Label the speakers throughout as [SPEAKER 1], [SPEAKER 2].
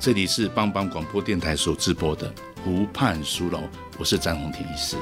[SPEAKER 1] 这里是帮帮广播电台所直播的《湖畔书楼》，我是张宏庭医师。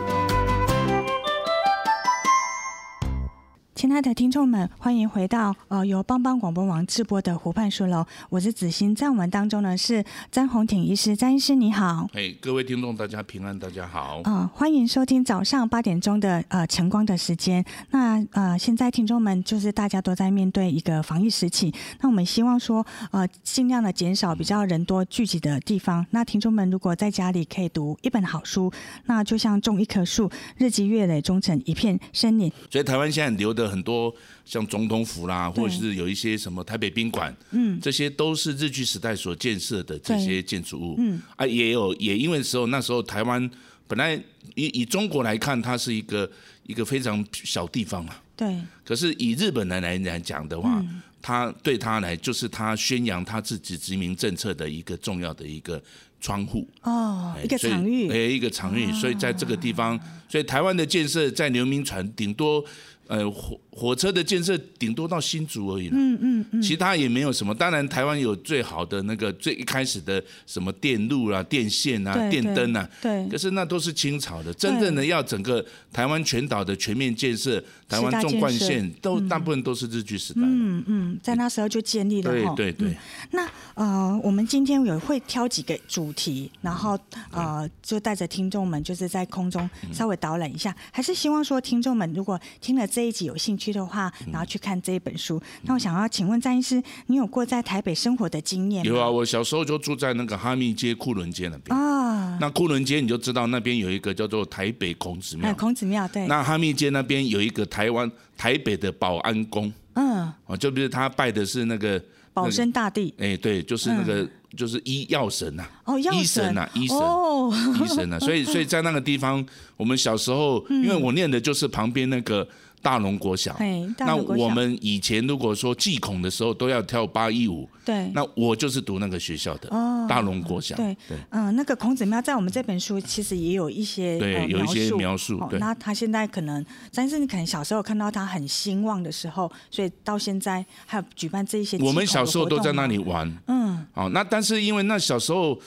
[SPEAKER 2] 亲爱的听众们，欢迎回到呃由帮帮广播网直播的《湖畔书楼》，我是子欣。在我们当中呢是詹红挺医师，詹医师你好。
[SPEAKER 1] 哎，各位听众，大家平安，大家好。
[SPEAKER 2] 呃，欢迎收听早上八点钟的呃晨光的时间。那呃，现在听众们就是大家都在面对一个防疫时期，那我们希望说呃尽量的减少比较人多聚集的地方。那听众们如果在家里可以读一本好书，那就像种一棵树，日积月累，终成一片森林。
[SPEAKER 1] 所以台湾现在留的很多像总统府啦，或者是有一些什么台北宾馆，嗯，这些都是日据时代所建设的这些建筑物，嗯，啊，也有也因为时候那时候台湾本来以以中国来看，它是一个一个非常小地方啊，
[SPEAKER 2] 对，
[SPEAKER 1] 可是以日本人来来讲的话，他对他来就是他宣扬他自己殖民政策的一个重要的一个窗户，
[SPEAKER 2] 哦，
[SPEAKER 1] 哎
[SPEAKER 2] 一个
[SPEAKER 1] 所以
[SPEAKER 2] 场域。啊
[SPEAKER 1] 哎，一个场域，所以在这个地方，所以台湾的建设在刘铭传顶多。呃，火火车的建设顶多到新竹而已了，嗯嗯嗯，其他也没有什么。当然，台湾有最好的那个最一开始的什么电路啦、电线啊、
[SPEAKER 2] 对
[SPEAKER 1] 电灯啊，
[SPEAKER 2] 对
[SPEAKER 1] 可是那都是清朝的，真正的要整个台湾全岛的全面建设，台湾纵贯线都大部分都是日据时代的。
[SPEAKER 2] 嗯嗯，在那时候就建立了
[SPEAKER 1] 对
[SPEAKER 2] 吼
[SPEAKER 1] 对对
[SPEAKER 2] 嗯那呃，我们今天有会挑几个主题，然后呃，就带着听众们就是在空中
[SPEAKER 1] 嗯
[SPEAKER 2] 稍微导览一下，还是希望说听众们如果听了这一集有兴趣的话，然后去看这一本书。那我想要请问詹医师，你有过在台北生活的经验吗？
[SPEAKER 1] 有啊，我小时候就住在那个哈密街、库伦街那边。
[SPEAKER 2] 啊，
[SPEAKER 1] 那库伦街你就知道那边有一个叫做台北孔子
[SPEAKER 2] 还有
[SPEAKER 1] 庙，
[SPEAKER 2] 哎孔子庙对，
[SPEAKER 1] 那哈密街那边有一个台湾台北的保安宫
[SPEAKER 2] 嗯，
[SPEAKER 1] 啊，就不是他拜的是那个
[SPEAKER 2] 保生大帝
[SPEAKER 1] 哎、对，就是那
[SPEAKER 2] 嗯
[SPEAKER 1] 个、就是医药神呐、
[SPEAKER 2] 哦，药
[SPEAKER 1] 医
[SPEAKER 2] 神
[SPEAKER 1] 神啊，医神。
[SPEAKER 2] 哦， 嗯
[SPEAKER 1] 医生啊，所以所以在那个地方，我们小时候，因为我念的就是旁边那个大龙国小
[SPEAKER 2] 嘿，大
[SPEAKER 1] 那
[SPEAKER 2] 龙国小
[SPEAKER 1] 我们以前如果说祭孔的时候都要跳八一舞，
[SPEAKER 2] 对。
[SPEAKER 1] 那我就是读那个学校的大龙国小，
[SPEAKER 2] 哦对，嗯、那个孔子庙在我们这本书其实也有一些
[SPEAKER 1] 对
[SPEAKER 2] 呃
[SPEAKER 1] 有一些描述
[SPEAKER 2] 哦
[SPEAKER 1] 对
[SPEAKER 2] 那他现在可能，但是你可能小时候看到他很兴旺的时候，所以到现在还有举办这一些。
[SPEAKER 1] 我们小时候都在那里。玩，
[SPEAKER 2] 嗯，
[SPEAKER 1] 哦，那但是因为那小时候，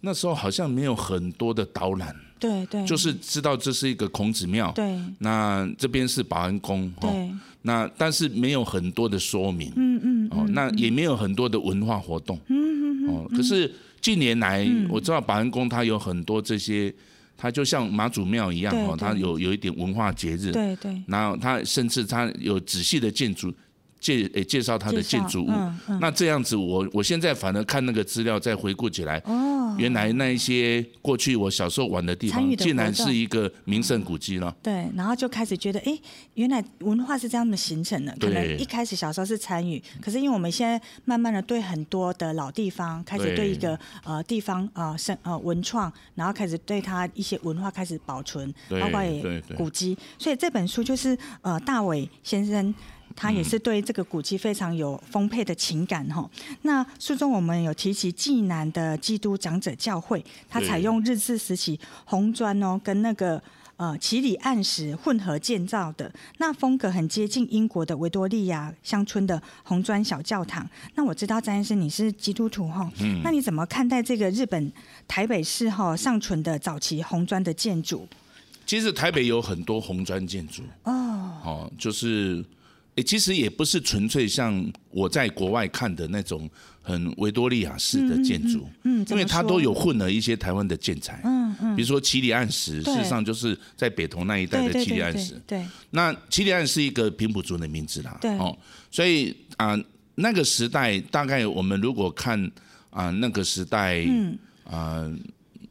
[SPEAKER 1] 那时候好像没有很多的导览，
[SPEAKER 2] 对对，
[SPEAKER 1] 就是知道这是一个孔子庙，
[SPEAKER 2] 对
[SPEAKER 1] 那这边是保安宫，哦，
[SPEAKER 2] 对
[SPEAKER 1] 那但是没有很多的说明，嗯嗯，哦，那也没有很多的文化活动，嗯嗯，嗯哦，可是近年来我知道保安宫它有很多这些，它就像妈祖庙一样，
[SPEAKER 2] 对
[SPEAKER 1] 哦，
[SPEAKER 2] 对
[SPEAKER 1] 它有有一点文化节日，
[SPEAKER 2] 对对
[SPEAKER 1] 然后它甚至它有仔细的建筑介诶介绍它的
[SPEAKER 2] 介
[SPEAKER 1] 建
[SPEAKER 2] 绍
[SPEAKER 1] 筑物
[SPEAKER 2] 嗯，
[SPEAKER 1] 那这样子我我现在反而看那个资料再回顾起来，哦，原来那一些过去我小时候玩的地
[SPEAKER 2] 参
[SPEAKER 1] 方
[SPEAKER 2] 与，的
[SPEAKER 1] 竟然
[SPEAKER 2] 活动
[SPEAKER 1] 是一个名胜古迹了。
[SPEAKER 2] 对，然后就开始觉得，哎，原来文化是这样的形成的。可能
[SPEAKER 1] 对
[SPEAKER 2] 一开始小时候是参与，可是因为我们现在慢慢的对很多的老地方开始
[SPEAKER 1] 对
[SPEAKER 2] 对一个呃地方呃生呃文创，然后开始对它一些文化开始保存，
[SPEAKER 1] 对
[SPEAKER 2] 包括
[SPEAKER 1] 对
[SPEAKER 2] 也
[SPEAKER 1] 对
[SPEAKER 2] 古迹。所以这本书就是呃大伟先生。
[SPEAKER 1] 嗯
[SPEAKER 2] 他也是对这个古迹非常有丰沛的情感哈、那书中我们有提及济南的基督长者教会，它
[SPEAKER 1] 对
[SPEAKER 2] 采用日治时期红砖哦跟那个呃奇里暗石混合建造的，那风格很接近英国的维多利亚乡村的红砖小教堂。那我知道詹医师你是基督徒哈、
[SPEAKER 1] 嗯
[SPEAKER 2] 那你怎么看待这个日本台北市哈、尚存的早期红砖的建筑？
[SPEAKER 1] 其实台北有很多红砖建筑哦，哦，就是，诶，其实也不是纯粹像我在国外看的那种很维多利亚式的建筑，
[SPEAKER 2] 嗯嗯嗯怎
[SPEAKER 1] 因为
[SPEAKER 2] 么
[SPEAKER 1] 它
[SPEAKER 2] 说
[SPEAKER 1] 都有混了一些台湾的建材，嗯嗯，比如说七里岸石，事
[SPEAKER 2] 对
[SPEAKER 1] 实上就是在北投那一带
[SPEAKER 2] 对
[SPEAKER 1] 的
[SPEAKER 2] 对
[SPEAKER 1] 七里
[SPEAKER 2] 对
[SPEAKER 1] 岸
[SPEAKER 2] 对
[SPEAKER 1] 石，
[SPEAKER 2] 对，
[SPEAKER 1] 那七里岸是一个平埔族的名字啦，
[SPEAKER 2] 对
[SPEAKER 1] 哦，所以啊、那个时代大概我们如果看啊、那个时代，嗯啊、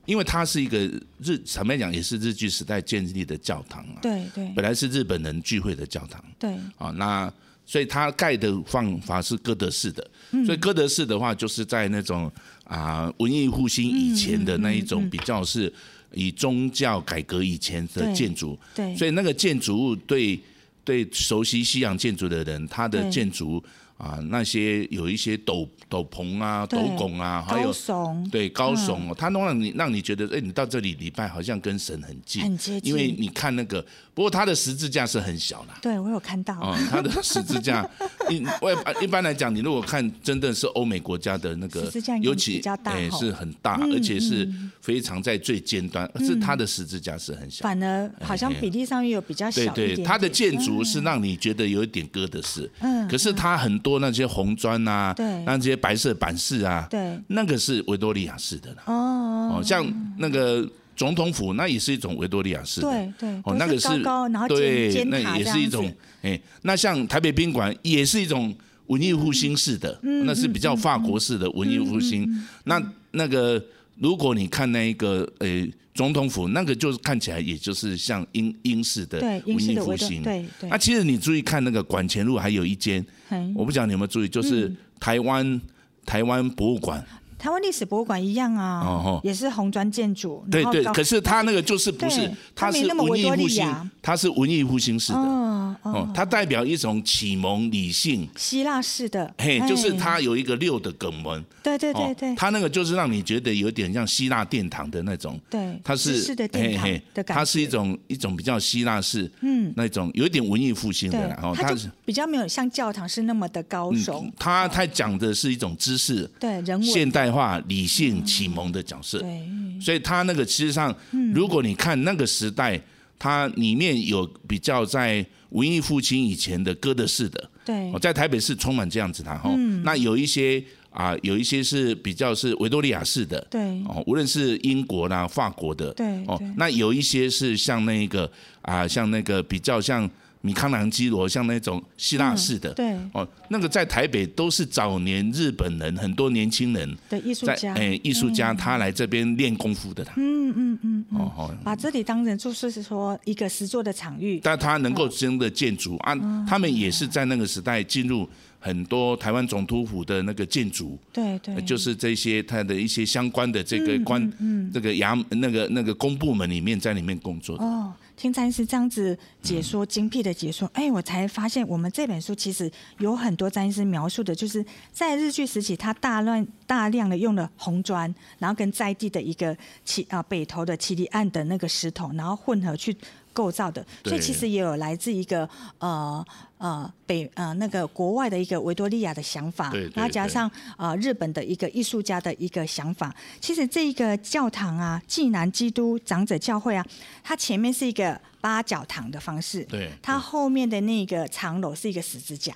[SPEAKER 1] 因为它是一个日，坦白讲也是日据时代建立的教堂啊，
[SPEAKER 2] 对对
[SPEAKER 1] 本来是日本人聚会的教堂
[SPEAKER 2] 对
[SPEAKER 1] 啊、那所以它盖的方法是哥德式的。
[SPEAKER 2] 嗯
[SPEAKER 1] 所以哥德式的话，就是在那种啊、文艺复兴以
[SPEAKER 2] 嗯
[SPEAKER 1] 前的那一种比较是以宗教改革以前的
[SPEAKER 2] 对
[SPEAKER 1] 建筑，
[SPEAKER 2] 对
[SPEAKER 1] 所以那个建筑物对对熟悉西洋建筑的人，他的
[SPEAKER 2] 对
[SPEAKER 1] 建筑啊那些有一些斗斗篷啊、斗
[SPEAKER 2] 对
[SPEAKER 1] 拱啊，还
[SPEAKER 2] 高嗯
[SPEAKER 1] 有
[SPEAKER 2] 耸，
[SPEAKER 1] 对高耸哦，它都让你让你觉得，哎，你到这里礼拜好像跟神很近，
[SPEAKER 2] 很接近
[SPEAKER 1] 因为你看那个，不过它的十字架是很小啦。
[SPEAKER 2] 对我有看到，
[SPEAKER 1] 哦，它的十字 架，一我一般来讲，你如果看真的是欧美国家的那个
[SPEAKER 2] 十字架，应该
[SPEAKER 1] 尤其
[SPEAKER 2] 比较大
[SPEAKER 1] 哎
[SPEAKER 2] 吼嗯
[SPEAKER 1] 是很大，而且是非常在最尖端，而是它的十字架是很小的。
[SPEAKER 2] 反而好像比例上面有比较小
[SPEAKER 1] 对
[SPEAKER 2] 一点
[SPEAKER 1] 对，
[SPEAKER 2] 点
[SPEAKER 1] 它的建筑是让你觉得有一点哥德式，
[SPEAKER 2] 嗯
[SPEAKER 1] 可是它很多那些红砖啊，
[SPEAKER 2] 对
[SPEAKER 1] 那些白色板式啊，
[SPEAKER 2] 对
[SPEAKER 1] 那个是维多利亚式的啦。
[SPEAKER 2] 哦，
[SPEAKER 1] 哦，像那个总统府，那也是一种维多利亚式的。
[SPEAKER 2] 对对
[SPEAKER 1] 哦
[SPEAKER 2] 都，是
[SPEAKER 1] 那个是
[SPEAKER 2] 高高然后尖
[SPEAKER 1] 对，
[SPEAKER 2] 尖塔
[SPEAKER 1] 那也
[SPEAKER 2] 这样
[SPEAKER 1] 是一
[SPEAKER 2] 子
[SPEAKER 1] 种哎，那像台北宾馆也是一种文艺复兴式的，
[SPEAKER 2] 嗯
[SPEAKER 1] 那是比较法国式的文艺复兴。那那个如果你看那一个呃总统府，那个就是看起来也就是像英英式的
[SPEAKER 2] 对英
[SPEAKER 1] 文
[SPEAKER 2] 式
[SPEAKER 1] 艺
[SPEAKER 2] 的
[SPEAKER 1] 复
[SPEAKER 2] 维多
[SPEAKER 1] 兴。啊
[SPEAKER 2] 对对
[SPEAKER 1] 那其实你注意看那个管前路还有一间，
[SPEAKER 2] 嘿
[SPEAKER 1] 我不讲你有没有注意，
[SPEAKER 2] 嗯
[SPEAKER 1] 就是台湾台湾博物馆。
[SPEAKER 2] 台湾历史博物馆一样啊，
[SPEAKER 1] 哦吼
[SPEAKER 2] 也是红砖建筑，
[SPEAKER 1] 对
[SPEAKER 2] 然后
[SPEAKER 1] 对，
[SPEAKER 2] 高
[SPEAKER 1] 可是他那个就是不是
[SPEAKER 2] 对，
[SPEAKER 1] 他
[SPEAKER 2] 它没
[SPEAKER 1] 是
[SPEAKER 2] 那么
[SPEAKER 1] 文
[SPEAKER 2] 维
[SPEAKER 1] 艺
[SPEAKER 2] 多利
[SPEAKER 1] 复兴
[SPEAKER 2] 亚，
[SPEAKER 1] 他是文艺复兴式的
[SPEAKER 2] 哦哦，
[SPEAKER 1] 哦，他代表一种启蒙理性，
[SPEAKER 2] 希腊式的，
[SPEAKER 1] 嘿，
[SPEAKER 2] 哎
[SPEAKER 1] 就是他有一个六的梗门，
[SPEAKER 2] 对对对
[SPEAKER 1] 哦
[SPEAKER 2] 对，
[SPEAKER 1] 他那个就是让你觉得有点像希腊殿堂的那种，
[SPEAKER 2] 对
[SPEAKER 1] 它
[SPEAKER 2] 知
[SPEAKER 1] 是
[SPEAKER 2] 识的殿堂的感觉
[SPEAKER 1] 它是一种一种比较希腊式，嗯，那种有一点文艺复兴的
[SPEAKER 2] 对
[SPEAKER 1] 啦，然后，
[SPEAKER 2] 它
[SPEAKER 1] 它
[SPEAKER 2] 就是比较没有像教堂是那么的高耸，
[SPEAKER 1] 他他讲的是一种知识。
[SPEAKER 2] 对人文，
[SPEAKER 1] 现哦代化、理性、启蒙的角色，
[SPEAKER 2] 嗯对嗯
[SPEAKER 1] 所以它那个其实上，如果你看那个时代，它里面有比较在文艺复兴以前的哥德式的，
[SPEAKER 2] 对
[SPEAKER 1] 哦，在台北市充满这样子的哈。
[SPEAKER 2] 嗯
[SPEAKER 1] 那有一些啊，有一些是比较是维多利亚式的，
[SPEAKER 2] 对
[SPEAKER 1] 哦，无论是英国啦、法国的，
[SPEAKER 2] 嗯对
[SPEAKER 1] 哦
[SPEAKER 2] 对，
[SPEAKER 1] 那有一些是像那个啊，像那个比较像米开朗基罗，像那种希腊式的，
[SPEAKER 2] 嗯对
[SPEAKER 1] 哦，那个在台北都是早年日本人很多年轻人
[SPEAKER 2] 的艺术
[SPEAKER 1] 在
[SPEAKER 2] 家，
[SPEAKER 1] 哎艺术家他来这边练功夫的啦，
[SPEAKER 2] 嗯嗯嗯，
[SPEAKER 1] 哦哦，
[SPEAKER 2] 把这里当成就是说一个实作的场域，
[SPEAKER 1] 但他能够真的建筑啊，
[SPEAKER 2] 哦
[SPEAKER 1] 他们也是在那个时代进入很多台湾总督府的那个建筑，
[SPEAKER 2] 对对，
[SPEAKER 1] 呃就是这些它的一些相关的这
[SPEAKER 2] 嗯
[SPEAKER 1] 个官，这个衙那个那个公部门里面在里面工作的。
[SPEAKER 2] 哦，听詹医师这样子解说，精辟的解说，
[SPEAKER 1] 嗯
[SPEAKER 2] 哎、我才发现我们这本书其实有很多詹医师描述的，就是在日据时期，他大乱大量的用了红砖，然后跟在地的一个七啊北投的七里岸的那个石头，然后混合去构造的，所以
[SPEAKER 1] 对
[SPEAKER 2] 其实也有来自一个呃呃北呃那个国外的一个维多利亚的想法，
[SPEAKER 1] 对对
[SPEAKER 2] 然后加
[SPEAKER 1] 对
[SPEAKER 2] 上呃日本的一个艺术家的一个想法。其实这一个教堂啊，济南基督长者教会啊，它前面是一个八角堂的方式，
[SPEAKER 1] 对对
[SPEAKER 2] 它后面的那个长楼是一个十字架。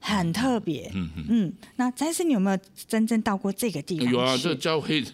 [SPEAKER 2] 很特别，嗯嗯，那詹师，你有没有真正到过这个地方去？
[SPEAKER 1] 有啊，这教会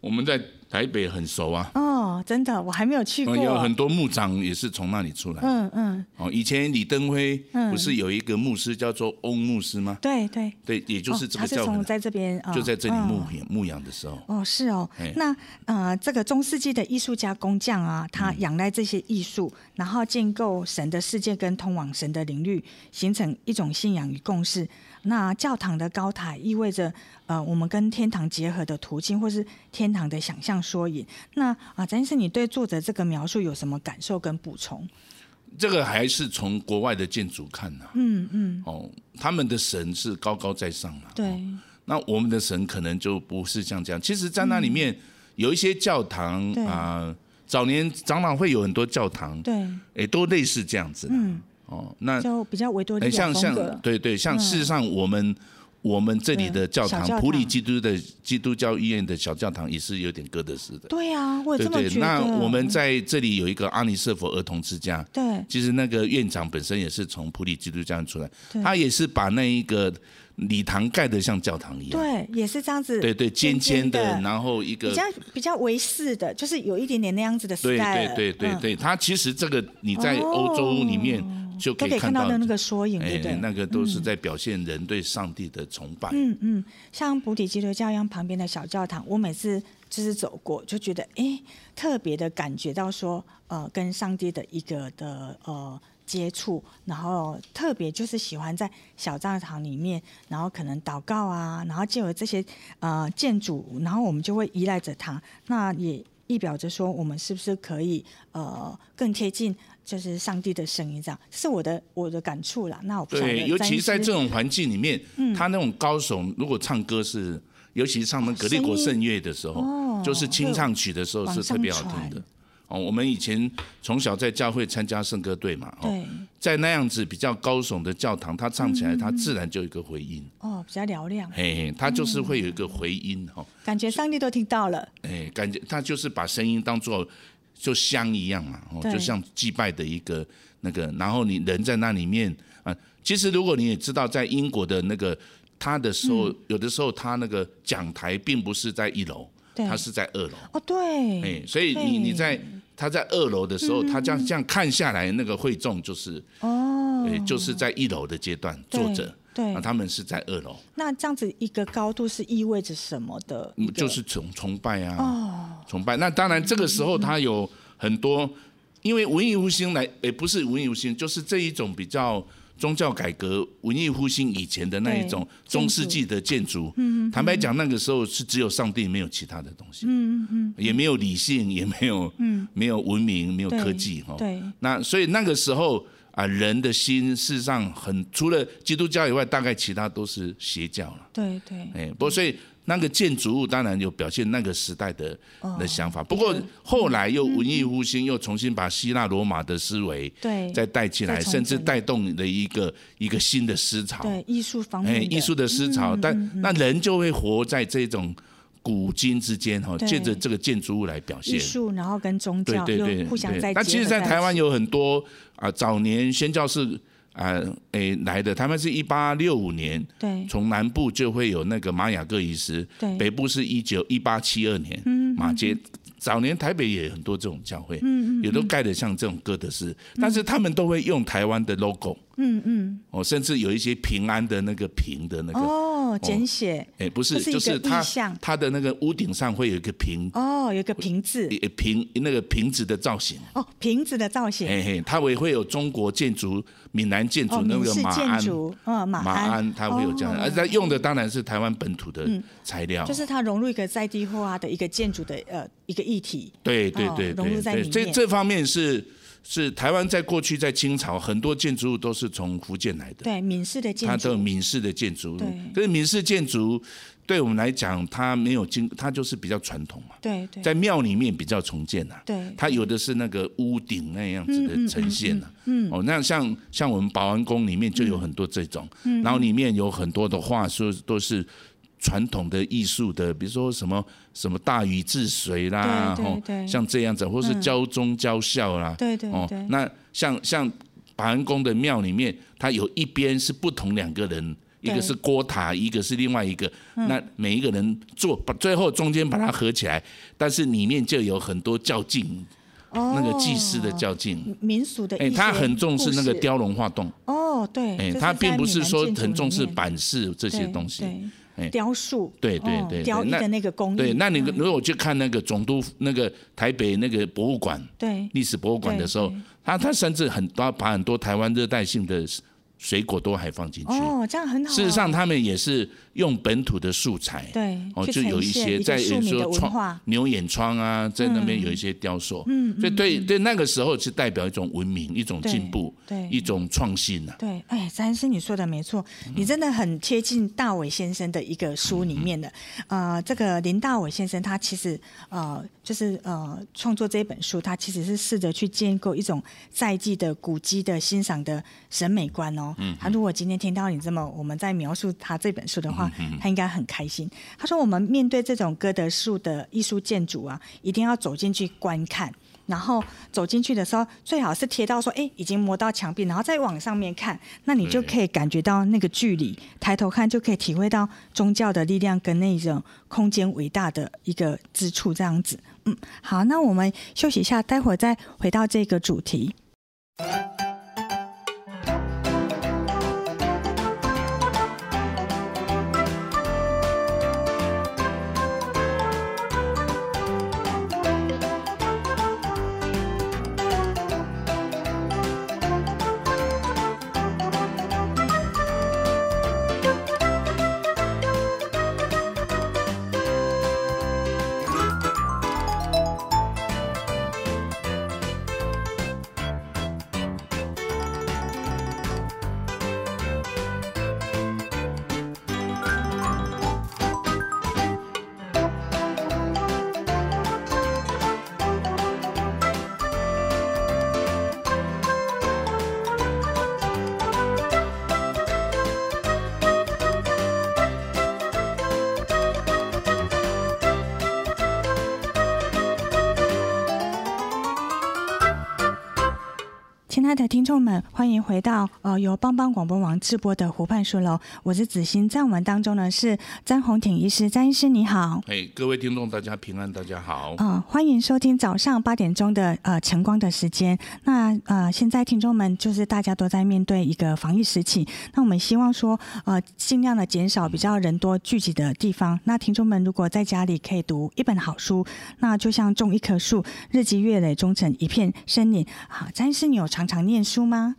[SPEAKER 1] 我们在台北很熟啊，呃
[SPEAKER 2] 哦，真的，我还没有去过，
[SPEAKER 1] 哦有很多牧长也是从那里出来。
[SPEAKER 2] 嗯嗯，
[SPEAKER 1] 哦，以前李登辉不是有一个牧师叫做翁牧师吗？
[SPEAKER 2] 对对，
[SPEAKER 1] 对，也就是这
[SPEAKER 2] 哦、他
[SPEAKER 1] 个
[SPEAKER 2] 是
[SPEAKER 1] 教会
[SPEAKER 2] 从
[SPEAKER 1] 的，
[SPEAKER 2] 在这边，哦
[SPEAKER 1] 就在这里
[SPEAKER 2] 嗯
[SPEAKER 1] 牧养牧养的时候。
[SPEAKER 2] 哦，是哦
[SPEAKER 1] 哎。
[SPEAKER 2] 那呃，这个中世纪的艺术家工匠啊，他
[SPEAKER 1] 嗯
[SPEAKER 2] 仰赖这些艺术，然后建构神的世界跟通往神的领域，形成一种信仰与共识。那教堂的高塔意味着呃，我们跟天堂结合的途径，或是天堂的想象缩影。那啊，詹先生，你对作者这个描述有什么感受跟补充？
[SPEAKER 1] 这个还是从国外的建筑看呐、嗯嗯。哦，他们的神是高高在上啊嘛。
[SPEAKER 2] 对
[SPEAKER 1] 那我们的神可能就不是像这样。其实，在那里面有一些教堂
[SPEAKER 2] 嗯对
[SPEAKER 1] 啊、早年长老会有很多教堂，
[SPEAKER 2] 对，
[SPEAKER 1] 也都类似这样子。嗯，哦，那
[SPEAKER 2] 就比较维多利
[SPEAKER 1] 哎，
[SPEAKER 2] 亚
[SPEAKER 1] 像
[SPEAKER 2] 风
[SPEAKER 1] 像
[SPEAKER 2] 格。嗯
[SPEAKER 1] 对对，像事实上我们。我们这里的教堂
[SPEAKER 2] 小教，堂
[SPEAKER 1] 普里基督的基督教医院的小教堂也是有点哥德式的，
[SPEAKER 2] 对啊，我也
[SPEAKER 1] 对
[SPEAKER 2] 这么
[SPEAKER 1] 对
[SPEAKER 2] 觉。得。
[SPEAKER 1] 那我们在这里有一个阿尼舍佛儿童之家，
[SPEAKER 2] 对
[SPEAKER 1] 其实那个院长本身也是从普里基督教院出来
[SPEAKER 2] 对，
[SPEAKER 1] 他也是把那一个礼堂盖得像教堂一样，
[SPEAKER 2] 对，也是这样子。
[SPEAKER 1] 对对，尖尖的，
[SPEAKER 2] 的，
[SPEAKER 1] 然后一个
[SPEAKER 2] 比较比较维式的，就是有一点点那样子的 style
[SPEAKER 1] 对
[SPEAKER 2] 了。
[SPEAKER 1] 对对对
[SPEAKER 2] 嗯
[SPEAKER 1] 对，它其实这个你在欧洲里面就可
[SPEAKER 2] 都可以
[SPEAKER 1] 以看
[SPEAKER 2] 看到
[SPEAKER 1] 到
[SPEAKER 2] 的那个缩影，对不对？
[SPEAKER 1] 哎，那个都是在表现人对上帝的崇拜。
[SPEAKER 2] 嗯嗯，像普底基督教一样旁边的小教堂，我每次就是走过就觉得，哎，特别的感觉到说，呃，跟上帝的一个的呃接触，然后特别就是喜欢在小帐堂里面，然后可能祷告啊，然后借由这些呃建筑，然后我们就会依赖着它，那也意表着说我们是不是可以呃更贴近就是上帝的声音这样，这是我的我的感触啦。那我不晓得
[SPEAKER 1] 对，尤
[SPEAKER 2] 詹
[SPEAKER 1] 其
[SPEAKER 2] 医
[SPEAKER 1] 是在
[SPEAKER 2] 师
[SPEAKER 1] 这种环境里面，
[SPEAKER 2] 嗯
[SPEAKER 1] 他那种高耸，如果唱歌是，尤其是唱那格力果圣乐的时候，就是清唱曲的时候是特别好听
[SPEAKER 2] 哦往上
[SPEAKER 1] 的
[SPEAKER 2] 传。
[SPEAKER 1] 哦，我们以前从小在教会参加圣歌队嘛，哦，
[SPEAKER 2] 对嗯
[SPEAKER 1] 在那样子比较高耸的教堂，他唱起来，他自然就有一个回音，
[SPEAKER 2] 哦比较嘹亮，
[SPEAKER 1] 嘿嘿，他就是
[SPEAKER 2] 嗯
[SPEAKER 1] 会有一个回音哈，哦
[SPEAKER 2] 感觉上帝都听到了。
[SPEAKER 1] 哎，感觉他就是把声音当做就香一样嘛，哦，
[SPEAKER 2] 对
[SPEAKER 1] 就像祭拜的一个那个，然后你人在那里面啊，其实如果你也知道，在英国的那个他的时
[SPEAKER 2] 嗯
[SPEAKER 1] 候，有的时候他那个讲台并不是在一楼，
[SPEAKER 2] 对
[SPEAKER 1] 他是在二楼，
[SPEAKER 2] 哦，对，嗯
[SPEAKER 1] 哎，所以你
[SPEAKER 2] 对
[SPEAKER 1] 你在他在二楼的时候，他这样这样看下来，那个会众就是
[SPEAKER 2] 哦，
[SPEAKER 1] 哎就是在一楼的阶段
[SPEAKER 2] 对
[SPEAKER 1] 坐着，
[SPEAKER 2] 对
[SPEAKER 1] 啊，他们是在二楼，
[SPEAKER 2] 那这样子一个高度是意味着什么的一
[SPEAKER 1] 嗯
[SPEAKER 2] 个？哦
[SPEAKER 1] 就是崇崇拜啊，崇拜。那当然，这个时候他有很多，因为文艺复兴来，也不是文艺复兴，就是这一种比较宗教改革、文艺复兴以前的那一种
[SPEAKER 2] 对嗯
[SPEAKER 1] 中世纪的建筑。坦白讲，那个时候是只有上帝，没有其他的东西。嗯嗯也没有理性，也没有没有文明，没有
[SPEAKER 2] 嗯对
[SPEAKER 1] 科技哈。
[SPEAKER 2] 对
[SPEAKER 1] 那所以那个时候啊，人的心事实上很除了基督教以外，大概其他都是邪教了。
[SPEAKER 2] 对对，
[SPEAKER 1] 哎，不过所以那个建筑物当然有表现那个时代的
[SPEAKER 2] 哦
[SPEAKER 1] 的想法，不过
[SPEAKER 2] 嗯
[SPEAKER 1] 后来又文艺复兴，又重新把希腊罗马的思维
[SPEAKER 2] 对
[SPEAKER 1] 再带进
[SPEAKER 2] 再
[SPEAKER 1] 来，
[SPEAKER 2] 重
[SPEAKER 1] 甚至
[SPEAKER 2] 整
[SPEAKER 1] 带动了一个一个新的思潮，
[SPEAKER 2] 对艺术方
[SPEAKER 1] 哎，
[SPEAKER 2] 面的，嗯
[SPEAKER 1] 艺术的思潮，但那人就会活在这种古今之间哈，
[SPEAKER 2] 对
[SPEAKER 1] 借着这个建筑物来表现
[SPEAKER 2] 艺。术，然后跟宗
[SPEAKER 1] 对
[SPEAKER 2] 教
[SPEAKER 1] 对对，
[SPEAKER 2] 又互相
[SPEAKER 1] 对
[SPEAKER 2] 在结合在一起。
[SPEAKER 1] 那其实，在台湾有很多啊，早年宣教士啊，诶来的，他们是一八六五年，
[SPEAKER 2] 对
[SPEAKER 1] 从南部就会有那个玛雅各遗失，
[SPEAKER 2] 对嗯
[SPEAKER 1] 北部是一九一八七二年马街。早年台北也很多这种教会，
[SPEAKER 2] 嗯
[SPEAKER 1] 也都盖得像这种哥德式，但是他们都会用台湾的 logo，
[SPEAKER 2] 嗯嗯
[SPEAKER 1] 哦，甚至有一些平安的那个平的那个，
[SPEAKER 2] 哦，简写
[SPEAKER 1] 哎，不
[SPEAKER 2] 这
[SPEAKER 1] 是，
[SPEAKER 2] 是一
[SPEAKER 1] 就
[SPEAKER 2] 个
[SPEAKER 1] 是它
[SPEAKER 2] 意象
[SPEAKER 1] 它的那个屋顶上会有一个瓶
[SPEAKER 2] 哦，有一个瓶子
[SPEAKER 1] 一瓶那个瓶子的造型，
[SPEAKER 2] 哦，瓶子的造型
[SPEAKER 1] 嘿嘿，它也会有中国建筑、闽南建
[SPEAKER 2] 哦，
[SPEAKER 1] 筑哎那
[SPEAKER 2] 闽
[SPEAKER 1] 个
[SPEAKER 2] 式
[SPEAKER 1] 马
[SPEAKER 2] 建
[SPEAKER 1] 鞍，
[SPEAKER 2] 筑，嗯，马
[SPEAKER 1] 马鞍它会有这样的，
[SPEAKER 2] 哦嗯
[SPEAKER 1] 而且它用的当然是台湾本土的材料，
[SPEAKER 2] 就是它融入一个在地化的一个建筑的呃一个议题，
[SPEAKER 1] 对对
[SPEAKER 2] 哦
[SPEAKER 1] 对
[SPEAKER 2] 融入
[SPEAKER 1] 对
[SPEAKER 2] 在
[SPEAKER 1] 对，
[SPEAKER 2] 里
[SPEAKER 1] 这
[SPEAKER 2] 面
[SPEAKER 1] 这方面是是台湾在过去在清朝很多建筑物都是从福建来的，
[SPEAKER 2] 对，闽式的建
[SPEAKER 1] 它都有
[SPEAKER 2] 筑，
[SPEAKER 1] 闽式的建筑物
[SPEAKER 2] 对，
[SPEAKER 1] 可是闽式建筑对我们来讲，它没有经，它就是比较传统嘛，
[SPEAKER 2] 对对
[SPEAKER 1] 在庙里面比较重建呐、啊。
[SPEAKER 2] 对
[SPEAKER 1] 它有的是那个屋顶那样子的呈现啊，
[SPEAKER 2] 嗯
[SPEAKER 1] 哦，那像像我们保安宫里面就有很多这种，
[SPEAKER 2] 嗯
[SPEAKER 1] 然后里面有很多的画说都是传统的艺术的，比如说什么什么大禹治水啦，
[SPEAKER 2] 对对
[SPEAKER 1] 哦
[SPEAKER 2] 对嗯
[SPEAKER 1] 像这样子，或是教宗教孝啦，
[SPEAKER 2] 对对
[SPEAKER 1] 哦
[SPEAKER 2] 对，
[SPEAKER 1] 那像像保安宫的庙里面，它有一边是不同两个人。一个
[SPEAKER 2] 对嗯
[SPEAKER 1] 是郭塔，一个是另外一个，那每一个人做，把最后中间把它合起来，但是里面就有很多较劲，那个祭司的较劲。
[SPEAKER 2] 民俗哦的一
[SPEAKER 1] 哎，
[SPEAKER 2] 些故事，
[SPEAKER 1] 他很重视那个雕龙画栋，
[SPEAKER 2] 哦，对，
[SPEAKER 1] 哎，
[SPEAKER 2] 就是
[SPEAKER 1] 他
[SPEAKER 2] 在
[SPEAKER 1] 并不
[SPEAKER 2] 闽
[SPEAKER 1] 是
[SPEAKER 2] 南
[SPEAKER 1] 说
[SPEAKER 2] 建筑
[SPEAKER 1] 很
[SPEAKER 2] 里
[SPEAKER 1] 重视
[SPEAKER 2] 面
[SPEAKER 1] 版式这些
[SPEAKER 2] 对
[SPEAKER 1] 东西。
[SPEAKER 2] 对
[SPEAKER 1] 哎
[SPEAKER 2] 雕塑，
[SPEAKER 1] 对对
[SPEAKER 2] 哦
[SPEAKER 1] 对对
[SPEAKER 2] 雕艺
[SPEAKER 1] 那
[SPEAKER 2] 的那个工艺，
[SPEAKER 1] 对，那你如果去看那个总督府那个台北那个博物馆，
[SPEAKER 2] 对
[SPEAKER 1] 历史博物馆的时候
[SPEAKER 2] 对对，
[SPEAKER 1] 他他甚至很多把很多台湾热带性的水果都还放进去。
[SPEAKER 2] 哦，这样很好。
[SPEAKER 1] 事实上，他们也是用本土的素材，
[SPEAKER 2] 对
[SPEAKER 1] 哦，
[SPEAKER 2] 去
[SPEAKER 1] 就有
[SPEAKER 2] 呈现一
[SPEAKER 1] 些
[SPEAKER 2] 个
[SPEAKER 1] 在
[SPEAKER 2] 庶
[SPEAKER 1] 有
[SPEAKER 2] 民
[SPEAKER 1] 时
[SPEAKER 2] 的
[SPEAKER 1] 候
[SPEAKER 2] 文
[SPEAKER 1] 窗
[SPEAKER 2] 化
[SPEAKER 1] 牛眼窗啊，在那边有一些雕塑，嗯，所以对对那个时候是代表一种文明、一种
[SPEAKER 2] 对
[SPEAKER 1] 进步、
[SPEAKER 2] 对
[SPEAKER 1] 一种创新呐、啊。
[SPEAKER 2] 对，哎，詹师你说的没错，你真的很贴近大伟先生的一个书里面的。呃，这个林大伟先生他其实呃，就是呃，创作这本书，他其实是试着去建构一种在地的古迹的欣赏的审美观哦。嗯，他如果今天听到你这么我们在描述他这本书的话，他应该很开心。他说，我们面对这种歌德式的艺术建筑啊，一定要走进去观看。然后走进去的时候，最好是贴到说，哎，已经磨到墙壁，然后再往上面看，那你就可以感觉到那个距离，抬头看就可以体会到宗教的力量跟那种空间伟大的一个之处，这样子。嗯，好，那我们休息一下，待会儿再回到这个主题。爱的听众们，欢迎回到呃由帮帮广播网直播的湖畔书楼，我是子欣，在我们当中呢是詹红挺医师，詹医师你好。
[SPEAKER 1] 哎，各位听众，大家平安，大家好。
[SPEAKER 2] 嗯、呃，欢迎收听早上八点钟的呃晨光的时间。那呃，现在听众们就是大家都在面对一个防疫时期，那我们希望说呃尽量的减少比较人多聚集的地方。那听众们如果在家里可以读一本好书，那就像种一棵树，日积月累，终成一片森林。啊，詹师，你有常常念书吗？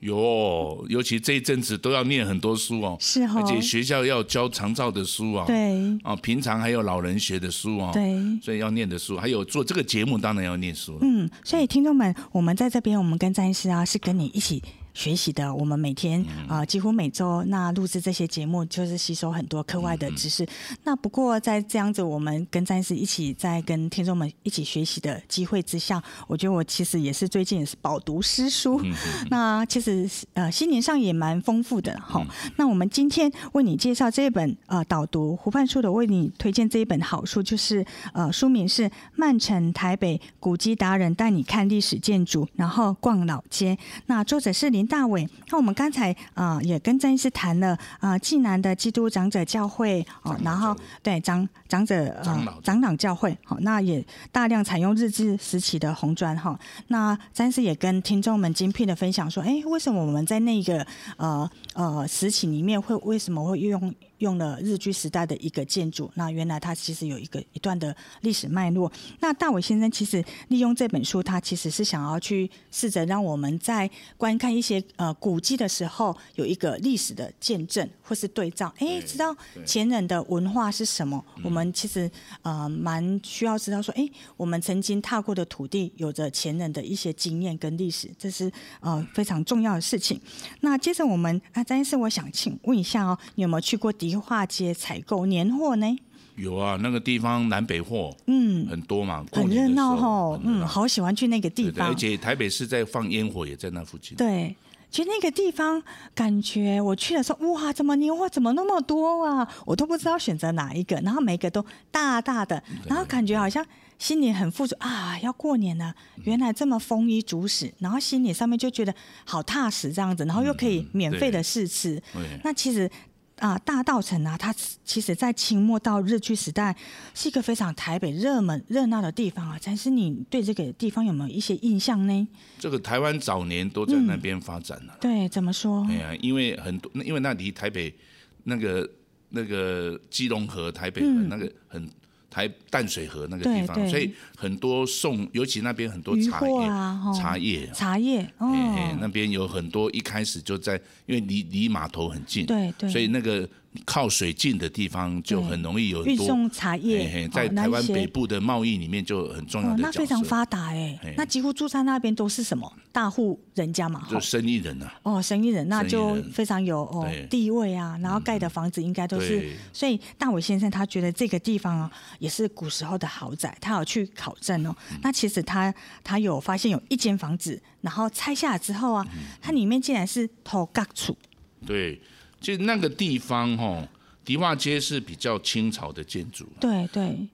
[SPEAKER 1] 有，尤其这一阵子都要念很多书哦，
[SPEAKER 2] 是哦，
[SPEAKER 1] 而且学校要教长照的书啊、哦，
[SPEAKER 2] 对，
[SPEAKER 1] 啊，平常还有老人学的书哦，
[SPEAKER 2] 对，
[SPEAKER 1] 所以要念的书，还有做这个节目当然要念书了。
[SPEAKER 2] 嗯，所以听众们，我们在这边，我们跟詹医师啊是跟你一起。学习的，我们每天
[SPEAKER 1] 嗯
[SPEAKER 2] 啊、呃，几乎每周那录制这些节目，就是吸收很多课外的
[SPEAKER 1] 嗯
[SPEAKER 2] 知识。那不过在这样子，我们跟战士一起在跟听众们一起学习的机会之下，我觉得我其实也是最近也是饱读诗书。 那其实呃，心灵上也蛮丰富的哈。那我们今天为你介绍这一本呃导读湖畔书的为你推荐这一本好书，就是呃书名是《曼城台北古迹达人带你看历史建筑，然后逛老街》。那作者是林。林大伟，那我们刚才啊、呃、也跟郑医师谈了啊，济、呃、南的基督长者教会哦，然后对长长者
[SPEAKER 1] 呃
[SPEAKER 2] 长老教会好、哦，那也大量采用日治时期的红砖哈、哦。那詹师也跟听众们精辟的分享说，哎，为什么我们在那个呃呃时期里面会为什么会用？用了日据时代的一个建筑，那原来它其实有一个一段的历史脉络。那大伟先生其实利用这本书，他其实是想要去试着让我们在观看一些呃古迹的时候，有一个历史的见证或是对照，哎，知道前人的文化是什么。我们其实呃蛮需要知道说，哎，我们曾经踏过的土地，有着前人的一些经验跟历史，这是呃非常重要的事情。那接着我们啊，张医师，我想请问一下哦，你有没有去过迪？迪化街采购年货呢？
[SPEAKER 1] 有啊，那个地方南北货，
[SPEAKER 2] 嗯，
[SPEAKER 1] 很多嘛，
[SPEAKER 2] 很热闹哦，嗯，好喜欢去那个地方。
[SPEAKER 1] 而且台北市在放烟火，也在那附近。
[SPEAKER 2] 对，其实那个地方感觉我去的时候，哇，怎么年货怎么那么多啊？我都不知道选择哪一个，然后每个都大大的，然后感觉好像。心里很富足啊，要过年了，原来这么丰衣足食，然后心里上面就觉得好踏实这样子，然后又可以免费的试吃。
[SPEAKER 1] 嗯、
[SPEAKER 2] 那其实。啊，大道城啊，它其实在清末到日据时代是一个非常台北热门热闹的地方啊。但是你对这个地方有没有一些印象呢？
[SPEAKER 1] 这个台湾早年都在那边发展了、啊嗯。
[SPEAKER 2] 对，怎么说？
[SPEAKER 1] 对啊，因为很多，因为那离台北那个那个基隆河、台北那个很。嗯台淡水河那个地方，所以很多送，尤其那边很多茶叶、
[SPEAKER 2] 啊、
[SPEAKER 1] 茶叶、
[SPEAKER 2] 茶叶，哦，
[SPEAKER 1] 欸、那边有很多一开始就在，因为离离码头很近，
[SPEAKER 2] 对对，
[SPEAKER 1] 所以那个靠水近的地方就很容易有
[SPEAKER 2] 运送茶叶、哦
[SPEAKER 1] 欸，在台湾北部的贸易里面就很重要的、哦。
[SPEAKER 2] 那非常发达哎、欸，那几乎住在那边都是什么大户人家嘛，
[SPEAKER 1] 就生意人呐、啊。
[SPEAKER 2] 哦，生意人那就非常有哦地位啊，然后盖
[SPEAKER 1] 嗯
[SPEAKER 2] 的房子应该都是，所以大伟先生他觉得这个地方啊。也是古时候的豪宅，他有去考证哦。
[SPEAKER 1] 嗯
[SPEAKER 2] 那其实他他有发现有一间房子，然后拆下来之后啊，
[SPEAKER 1] 嗯
[SPEAKER 2] 它里面竟然是头盖处。
[SPEAKER 1] 对，就那个地方哈、哦，迪化街是比较清朝的建筑。
[SPEAKER 2] 对对。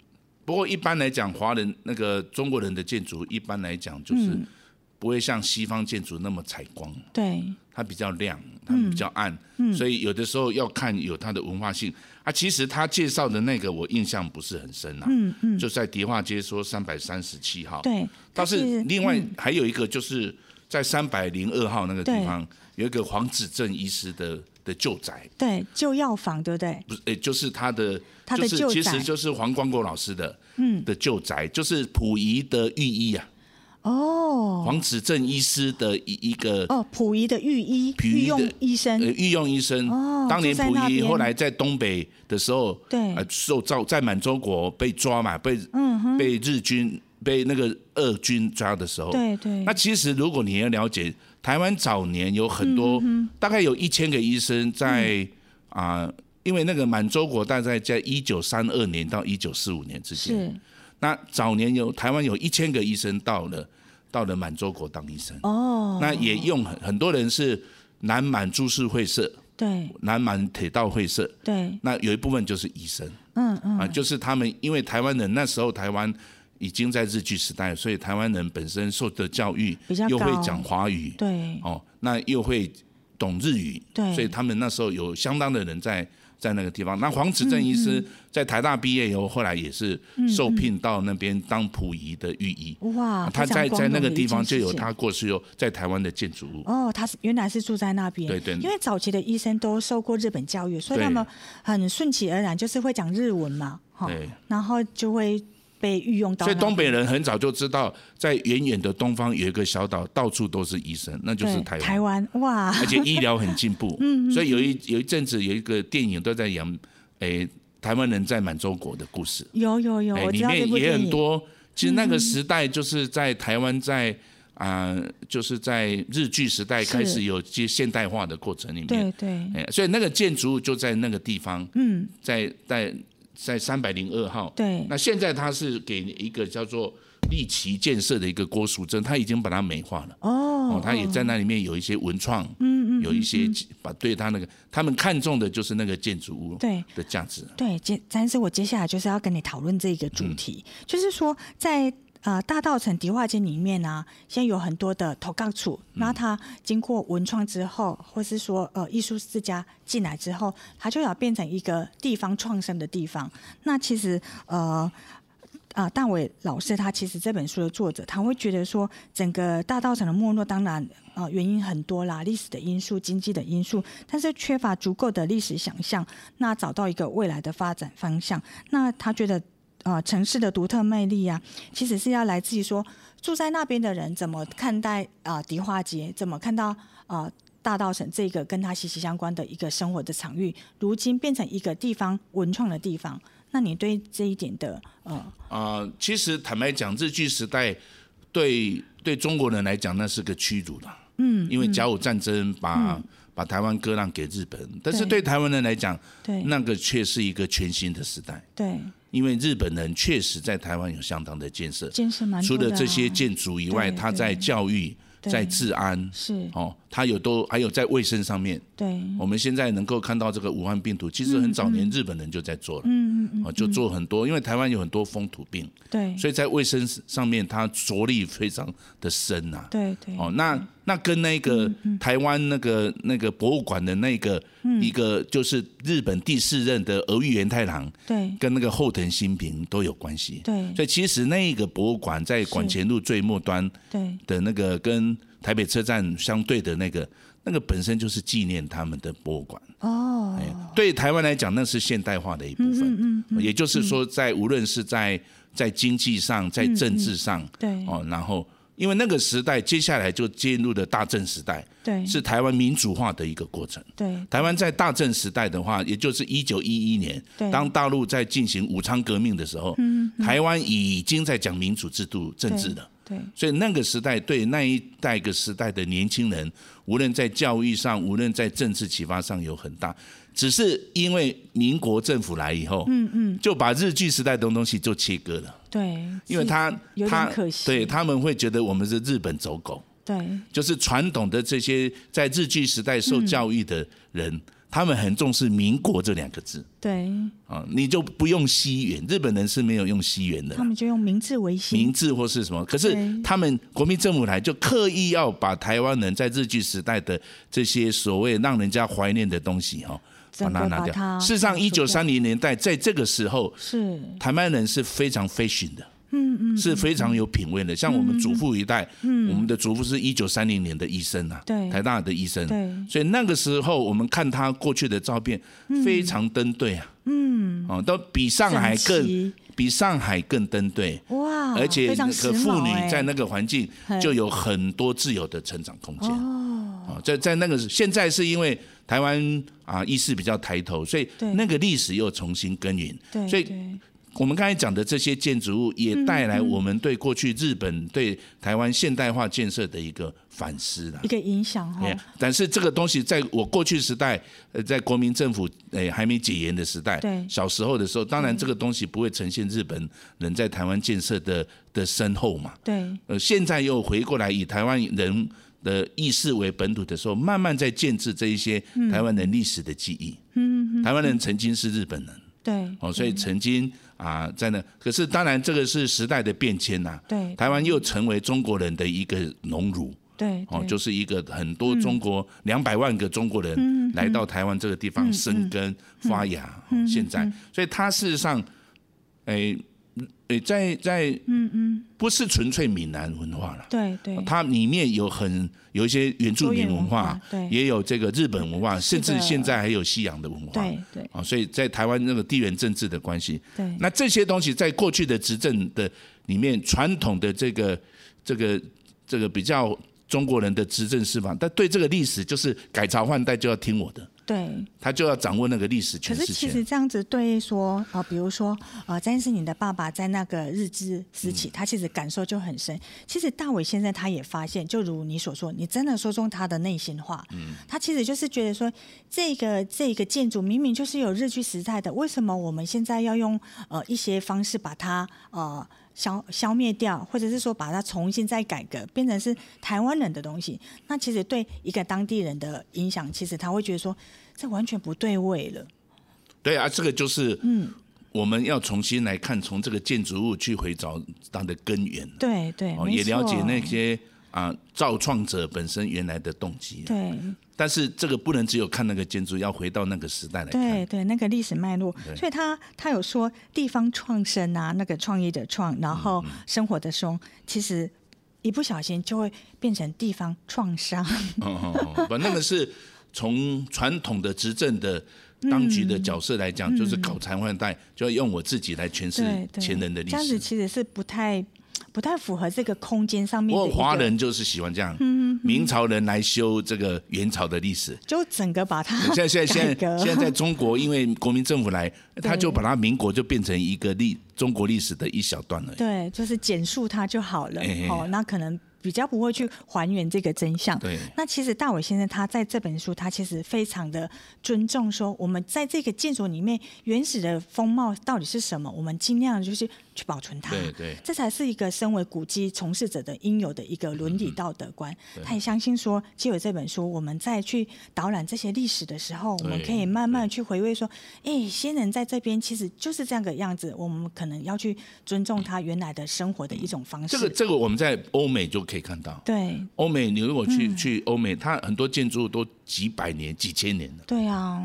[SPEAKER 1] 不过一般来讲，华人那个中国人的建筑，一般来讲就是
[SPEAKER 2] 嗯
[SPEAKER 1] 不会像西方建筑那么采光。
[SPEAKER 2] 对。
[SPEAKER 1] 它比较亮，它比较暗，嗯嗯、所以有的时候要看有它的文化性啊。其实他介绍的那个我印象不是很深啊，
[SPEAKER 2] 嗯嗯，
[SPEAKER 1] 就在迪化街说三百三十七号，
[SPEAKER 2] 对，
[SPEAKER 1] 哦
[SPEAKER 2] 嗯
[SPEAKER 1] 但是另外还有一个就是在三百零二号那个地方有一个黄子正医师的的旧宅，
[SPEAKER 2] 对，旧药房对不对？
[SPEAKER 1] 不是，诶，就是他的，
[SPEAKER 2] 他的
[SPEAKER 1] 就是其实就是黄光国老师的，嗯，的旧宅，就是溥仪的御医啊。
[SPEAKER 2] 哦，
[SPEAKER 1] 黄子正医师的一一个
[SPEAKER 2] 哦，溥仪的御医，御用医生，
[SPEAKER 1] 呃，御用医生。
[SPEAKER 2] 哦，
[SPEAKER 1] 当年溥仪后来在东北的时候，
[SPEAKER 2] 对，
[SPEAKER 1] 呃，受造在满洲国被抓嘛，被
[SPEAKER 2] 嗯
[SPEAKER 1] 被日军被那个俄军抓的时候，
[SPEAKER 2] 对对。
[SPEAKER 1] 那其实如果你要了解台湾早年有很多，
[SPEAKER 2] 嗯、
[SPEAKER 1] 大概有一千个医生在啊、嗯呃，因为那个满洲国大概在一九三二年到一九四五年之间。那早年有台湾有一千个医生到了到了满洲国当医生
[SPEAKER 2] 哦，
[SPEAKER 1] 那也用很很多人是南满株式会社
[SPEAKER 2] 对，
[SPEAKER 1] 南满铁道会社
[SPEAKER 2] 对，
[SPEAKER 1] 那有一部分就是医生
[SPEAKER 2] 嗯嗯
[SPEAKER 1] 啊，就是他们因为台湾人那时候台湾已经在日据时代，所以台湾人本身受的教育
[SPEAKER 2] 比较高
[SPEAKER 1] 又会讲华语，
[SPEAKER 2] 对
[SPEAKER 1] 哦，那又会懂日语，
[SPEAKER 2] 对
[SPEAKER 1] 所以他们那时候有相当的人在在那个地方。那黄子正医
[SPEAKER 2] 嗯
[SPEAKER 1] 师在台大毕业以后，后来也是受聘到那边当溥仪的御医。
[SPEAKER 2] 哇，
[SPEAKER 1] 啊他
[SPEAKER 2] 嗯啊非常
[SPEAKER 1] 在
[SPEAKER 2] 光
[SPEAKER 1] 在那
[SPEAKER 2] 荣
[SPEAKER 1] 个
[SPEAKER 2] 的一
[SPEAKER 1] 地方
[SPEAKER 2] 件
[SPEAKER 1] 就
[SPEAKER 2] 事
[SPEAKER 1] 有
[SPEAKER 2] 情
[SPEAKER 1] 他过世后在台湾的建筑物，
[SPEAKER 2] 哦，他是原来是住在那边，
[SPEAKER 1] 对对
[SPEAKER 2] 因为早期的医生都受过日本教育，所以
[SPEAKER 1] 对
[SPEAKER 2] 他们很顺其而然，就是会讲日文嘛，哈
[SPEAKER 1] 对，
[SPEAKER 2] 然后就会被御用到
[SPEAKER 1] 所以
[SPEAKER 2] 那边。
[SPEAKER 1] 东北人很早就知道，在远远的东方有一个小岛，到处都是医生，那就是台
[SPEAKER 2] 对
[SPEAKER 1] 湾哎
[SPEAKER 2] 台。湾嗯哇，
[SPEAKER 1] 而且医疗很进步。 所以有一有一阵子有一个电影都在讲，诶、台湾人在满洲国的故事，
[SPEAKER 2] 有有有，
[SPEAKER 1] 诶、
[SPEAKER 2] 我
[SPEAKER 1] 哎里
[SPEAKER 2] 知道这
[SPEAKER 1] 面
[SPEAKER 2] 部
[SPEAKER 1] 也
[SPEAKER 2] 电
[SPEAKER 1] 很
[SPEAKER 2] 影，嗯
[SPEAKER 1] 多。其实那个时代就是在台湾在。啊、就是在日据时代开
[SPEAKER 2] 是
[SPEAKER 1] 始有接现代化的过程里面
[SPEAKER 2] 对，对，
[SPEAKER 1] 哎，所以那个建筑物就在那个地方，嗯，在在在三百零二号，
[SPEAKER 2] 对
[SPEAKER 1] 那现在它是给一个叫做立奇建设的一个郭淑珍，他已经把它美化了。哦，
[SPEAKER 2] 哦，
[SPEAKER 1] 他也在那里面有一些文创，嗯嗯，有一些把对他那个他们看重的就是那个建筑物
[SPEAKER 2] 对
[SPEAKER 1] 的价值，啊
[SPEAKER 2] 对，接但是我接下来就是要跟你讨论这个主题，就是说在。呃，大道城迪化街里面啊，现在有很多的投稿处，那它经过文创之后，或是说呃艺术世家进来之后，它就要变成一个地方创生的地方。那其实呃啊，大伟老师他其实这本书的作者，他会觉得说，整个大道城的没落，当然呃原因很多啦，历史的因素、经济的因素，但是缺乏足够的历史想象，那找到一个未来的发展方向。那他觉得。呃，城市的独特魅力啊，其实是要来自于说住在那边的人怎么看待啊、呃迪化街，怎么看到啊、呃大道城这个跟他息息相关的一个生活的场域，如今变成一个地方文创的地方。那你对这一点的呃
[SPEAKER 1] 啊、其实坦白讲，日据时代对对中国人来讲，那是个屈辱啦。嗯，因为甲午战争把、把台湾割让给日本，但是
[SPEAKER 2] 嗯对
[SPEAKER 1] 对台湾人来讲，
[SPEAKER 2] 对
[SPEAKER 1] 那个却是一个全新的时代，
[SPEAKER 2] 对，
[SPEAKER 1] 因为日本人确实在台湾有相当的建设，
[SPEAKER 2] 建设蛮
[SPEAKER 1] 除
[SPEAKER 2] 多
[SPEAKER 1] 了
[SPEAKER 2] 的、啊。
[SPEAKER 1] 这些建筑以外，
[SPEAKER 2] 对
[SPEAKER 1] 他在
[SPEAKER 2] 对
[SPEAKER 1] 教育、
[SPEAKER 2] 对嗯
[SPEAKER 1] 在治安，
[SPEAKER 2] 是，
[SPEAKER 1] 哦，他有都还有在卫生上面，
[SPEAKER 2] 对，
[SPEAKER 1] 我们现在能够看到这个武汉病毒，其实很早年日本人就在做了，
[SPEAKER 2] 嗯嗯
[SPEAKER 1] 哦，就做很多，因为台湾有很多风土病，
[SPEAKER 2] 对，
[SPEAKER 1] 所以在卫生上面它着力非常的深呐、
[SPEAKER 2] 对嗯对，
[SPEAKER 1] 哦，那那跟那个台湾那个那个博物馆的那个
[SPEAKER 2] 嗯
[SPEAKER 1] 一个就是日本第四任的俄玉源太郎
[SPEAKER 2] 对
[SPEAKER 1] 跟那个后藤新平都有关系，
[SPEAKER 2] 对
[SPEAKER 1] 所以其实那个博物馆在馆前路最末端
[SPEAKER 2] 对
[SPEAKER 1] 的那个跟台北车站相对的那个那个本身就是纪念他们的博物馆。哎
[SPEAKER 2] 哦，嗯
[SPEAKER 1] 对台湾来讲，那是现代化的一部分。也就是说，在无论是在在经济上，在政治上，
[SPEAKER 2] 嗯对
[SPEAKER 1] 哦，然后因为那个时代，接下来就进入了大正时代，
[SPEAKER 2] 对
[SPEAKER 1] 是台湾民主化的一个过程。
[SPEAKER 2] 对
[SPEAKER 1] 台湾在大正时代的话，也就是一九一一年
[SPEAKER 2] 对，嗯
[SPEAKER 1] 当大陆在进行武昌革命的时候，台湾已经在讲民主制度政治了。
[SPEAKER 2] 对
[SPEAKER 1] 所以那个时代对那一代个时代的年轻人，无论在教育上，无论在政治启发上有很大，只是因为民国政府来以后，嗯嗯，就把日据时代的东西就切割了，
[SPEAKER 2] 对，
[SPEAKER 1] 因为
[SPEAKER 2] 是
[SPEAKER 1] 他
[SPEAKER 2] 有点
[SPEAKER 1] 他
[SPEAKER 2] 可惜
[SPEAKER 1] 对他们会觉得我们是日本走狗，
[SPEAKER 2] 对
[SPEAKER 1] 就是传统的这些在日据时代受教育的人，
[SPEAKER 2] 嗯
[SPEAKER 1] 他们很重视民国这两个字
[SPEAKER 2] 对，
[SPEAKER 1] 啊，你就不用西元，日本人是没有用西元的啦
[SPEAKER 2] 他。们就用明治维
[SPEAKER 1] 名
[SPEAKER 2] 新，
[SPEAKER 1] 字或是什么，可是
[SPEAKER 2] 对
[SPEAKER 1] 他们国民政府来就刻意要把台湾人在日据时代的这些所谓让人家怀念的东西哈，把
[SPEAKER 2] 整
[SPEAKER 1] 它
[SPEAKER 2] 个
[SPEAKER 1] 拿
[SPEAKER 2] 把它
[SPEAKER 1] 掉。事实上，一
[SPEAKER 2] 剔除
[SPEAKER 1] 九
[SPEAKER 2] 掉
[SPEAKER 1] 三零年代在这个时候，
[SPEAKER 2] 是
[SPEAKER 1] 台湾人是非常 fashion 的，嗯嗯，是非常有品味的。像我
[SPEAKER 2] 嗯
[SPEAKER 1] 们祖父一代，嗯，我们的祖父是一九三零年的医生啊，
[SPEAKER 2] 对
[SPEAKER 1] 台大的医生，
[SPEAKER 2] 对
[SPEAKER 1] 所以那个时候我们看他过去的照片，
[SPEAKER 2] 嗯
[SPEAKER 1] 非常登对啊，嗯，哦，都比上海
[SPEAKER 2] 整
[SPEAKER 1] 更
[SPEAKER 2] 齐
[SPEAKER 1] 比上海更登对，
[SPEAKER 2] 哇，
[SPEAKER 1] 而且
[SPEAKER 2] 啊非
[SPEAKER 1] 那
[SPEAKER 2] 常
[SPEAKER 1] 个
[SPEAKER 2] 时
[SPEAKER 1] 妇
[SPEAKER 2] 髦
[SPEAKER 1] 女
[SPEAKER 2] 欸
[SPEAKER 1] 在那个环境
[SPEAKER 2] 嘿
[SPEAKER 1] 就有很多自由的成长空间。哦，在在那个现在是因为台湾啊意识比较抬头，所以
[SPEAKER 2] 对
[SPEAKER 1] 那个历史又重新耕耘。
[SPEAKER 2] 对，嗯
[SPEAKER 1] 所以
[SPEAKER 2] 对
[SPEAKER 1] 我们刚才讲的这些建筑物，也带来我们对过去日本对台湾现代化建设的一个反思啦
[SPEAKER 2] 一。个影响哈
[SPEAKER 1] 哎，但是这个东西，在我过去时代，呃，在国民政府诶还没解严的时代
[SPEAKER 2] 对，
[SPEAKER 1] 小时候的时候，当然这个东西不会呈现日本人在台湾建设的的深厚嘛。
[SPEAKER 2] 对
[SPEAKER 1] 呃，现在又回过来以台湾人的意识为本土的时候，慢慢在建制这一些
[SPEAKER 2] 嗯
[SPEAKER 1] 台湾人历史的记忆。嗯，台湾人曾经是日本人
[SPEAKER 2] 对
[SPEAKER 1] 哦，所以曾经啊，在那。可是当然，这个是时代的变迁呐、
[SPEAKER 2] 对
[SPEAKER 1] 台湾又成为中国人的一个农奴。
[SPEAKER 2] 对，
[SPEAKER 1] 哦，
[SPEAKER 2] 对
[SPEAKER 1] 就是一个很多中国两百万个中国人来到台湾这个地方生根发芽，哦现在，所以它事实上，诶诶，在在嗯嗯，不是纯粹闽南文化了。
[SPEAKER 2] 对对，
[SPEAKER 1] 它里面有很有一些原住民文化，
[SPEAKER 2] 多元文化对
[SPEAKER 1] 也有这个日本文化，甚
[SPEAKER 2] 的
[SPEAKER 1] 至现在还有西洋的文化，
[SPEAKER 2] 对对
[SPEAKER 1] 啊，所以在台湾那个地缘政治的关系，
[SPEAKER 2] 对
[SPEAKER 1] 那这些东西在过去的执政的里面，传统的这个这个这个比较中国人的执政司法，但对这个历史就是改朝换代就要听我的，
[SPEAKER 2] 对。
[SPEAKER 1] 他就要掌握那个历史
[SPEAKER 2] 可
[SPEAKER 1] 全世
[SPEAKER 2] 是其实
[SPEAKER 1] 界。
[SPEAKER 2] 这样子对说，啊，比如说，呃，詹是你的爸爸在那个日治时期，他其实感受就很深。其实大伟现在他也发现，就如你所说，你真的说中他的内心话，他其实就是觉得说，这个这个建筑明明就是有日据时代的，为什么我们现在要用呃一些方式把它呃消消灭掉，或者是说把它重新再改革，变成是台湾人的东西？那其实对一个当地人的影响，其实他会觉得说，这完全不对味了。
[SPEAKER 1] 对啊，这个就是
[SPEAKER 2] 嗯
[SPEAKER 1] 我们要重新来看，从这个建筑物去回找它的根源。
[SPEAKER 2] 对对，
[SPEAKER 1] 哦，
[SPEAKER 2] 没
[SPEAKER 1] 也了解
[SPEAKER 2] 错
[SPEAKER 1] 那些啊造创者本身原来的动机、啊。
[SPEAKER 2] 对
[SPEAKER 1] 但是这个不能只有看那个建筑，要回到那个时代来
[SPEAKER 2] 对
[SPEAKER 1] 看。
[SPEAKER 2] 对那个历史脉络，所以他他有说地方创生啊，那个创意的创，
[SPEAKER 1] 嗯
[SPEAKER 2] 然后生活的生，其实一不小心就会变成地方创伤。
[SPEAKER 1] 哦哦哦， 不，那个是从传统的执政的当局的角色来讲，就是搞残换代，就要用我自己来诠释
[SPEAKER 2] 嗯对对，
[SPEAKER 1] 前人的历
[SPEAKER 2] 这样子
[SPEAKER 1] 史。
[SPEAKER 2] 其实是不太不太符合这个空间上
[SPEAKER 1] 不
[SPEAKER 2] 面的
[SPEAKER 1] 过
[SPEAKER 2] 一
[SPEAKER 1] 华
[SPEAKER 2] 个
[SPEAKER 1] 人就是喜欢这
[SPEAKER 2] 嗯
[SPEAKER 1] 样，明朝人来修这个元朝的历史。
[SPEAKER 2] 就整个把它
[SPEAKER 1] 现在现在现
[SPEAKER 2] 改
[SPEAKER 1] 在
[SPEAKER 2] 革
[SPEAKER 1] 现在在中国，因为国民政府来，他就把它民国就变成一个历中国历史的一小段而已。
[SPEAKER 2] 对，就是简述它就好了。
[SPEAKER 1] 哎
[SPEAKER 2] 哦，那可能比较不会去还原这个真相。
[SPEAKER 1] 对
[SPEAKER 2] 那其实大伟先生他在这本书，他其实非常的尊重说，我们在这个建筑里面原始的风貌到底是什么，我们尽量就是去保存它。
[SPEAKER 1] 对对
[SPEAKER 2] 这才是一个身为古迹从事者的应有的一个伦
[SPEAKER 1] 嗯
[SPEAKER 2] 理道德观。他也相信说，借由这本书，我们在去导览这些历史的时候，我们
[SPEAKER 1] 对
[SPEAKER 2] 可以慢慢去回味说，哎，先人在这边其实就是这样个样子，我们可能要去尊重他原来的生活的一种方式。
[SPEAKER 1] 这个这个我们在欧美就可以看到，
[SPEAKER 2] 对嗯
[SPEAKER 1] 欧美你如果去、去欧美，它很多建筑都几百年、几千年了，
[SPEAKER 2] 对啊，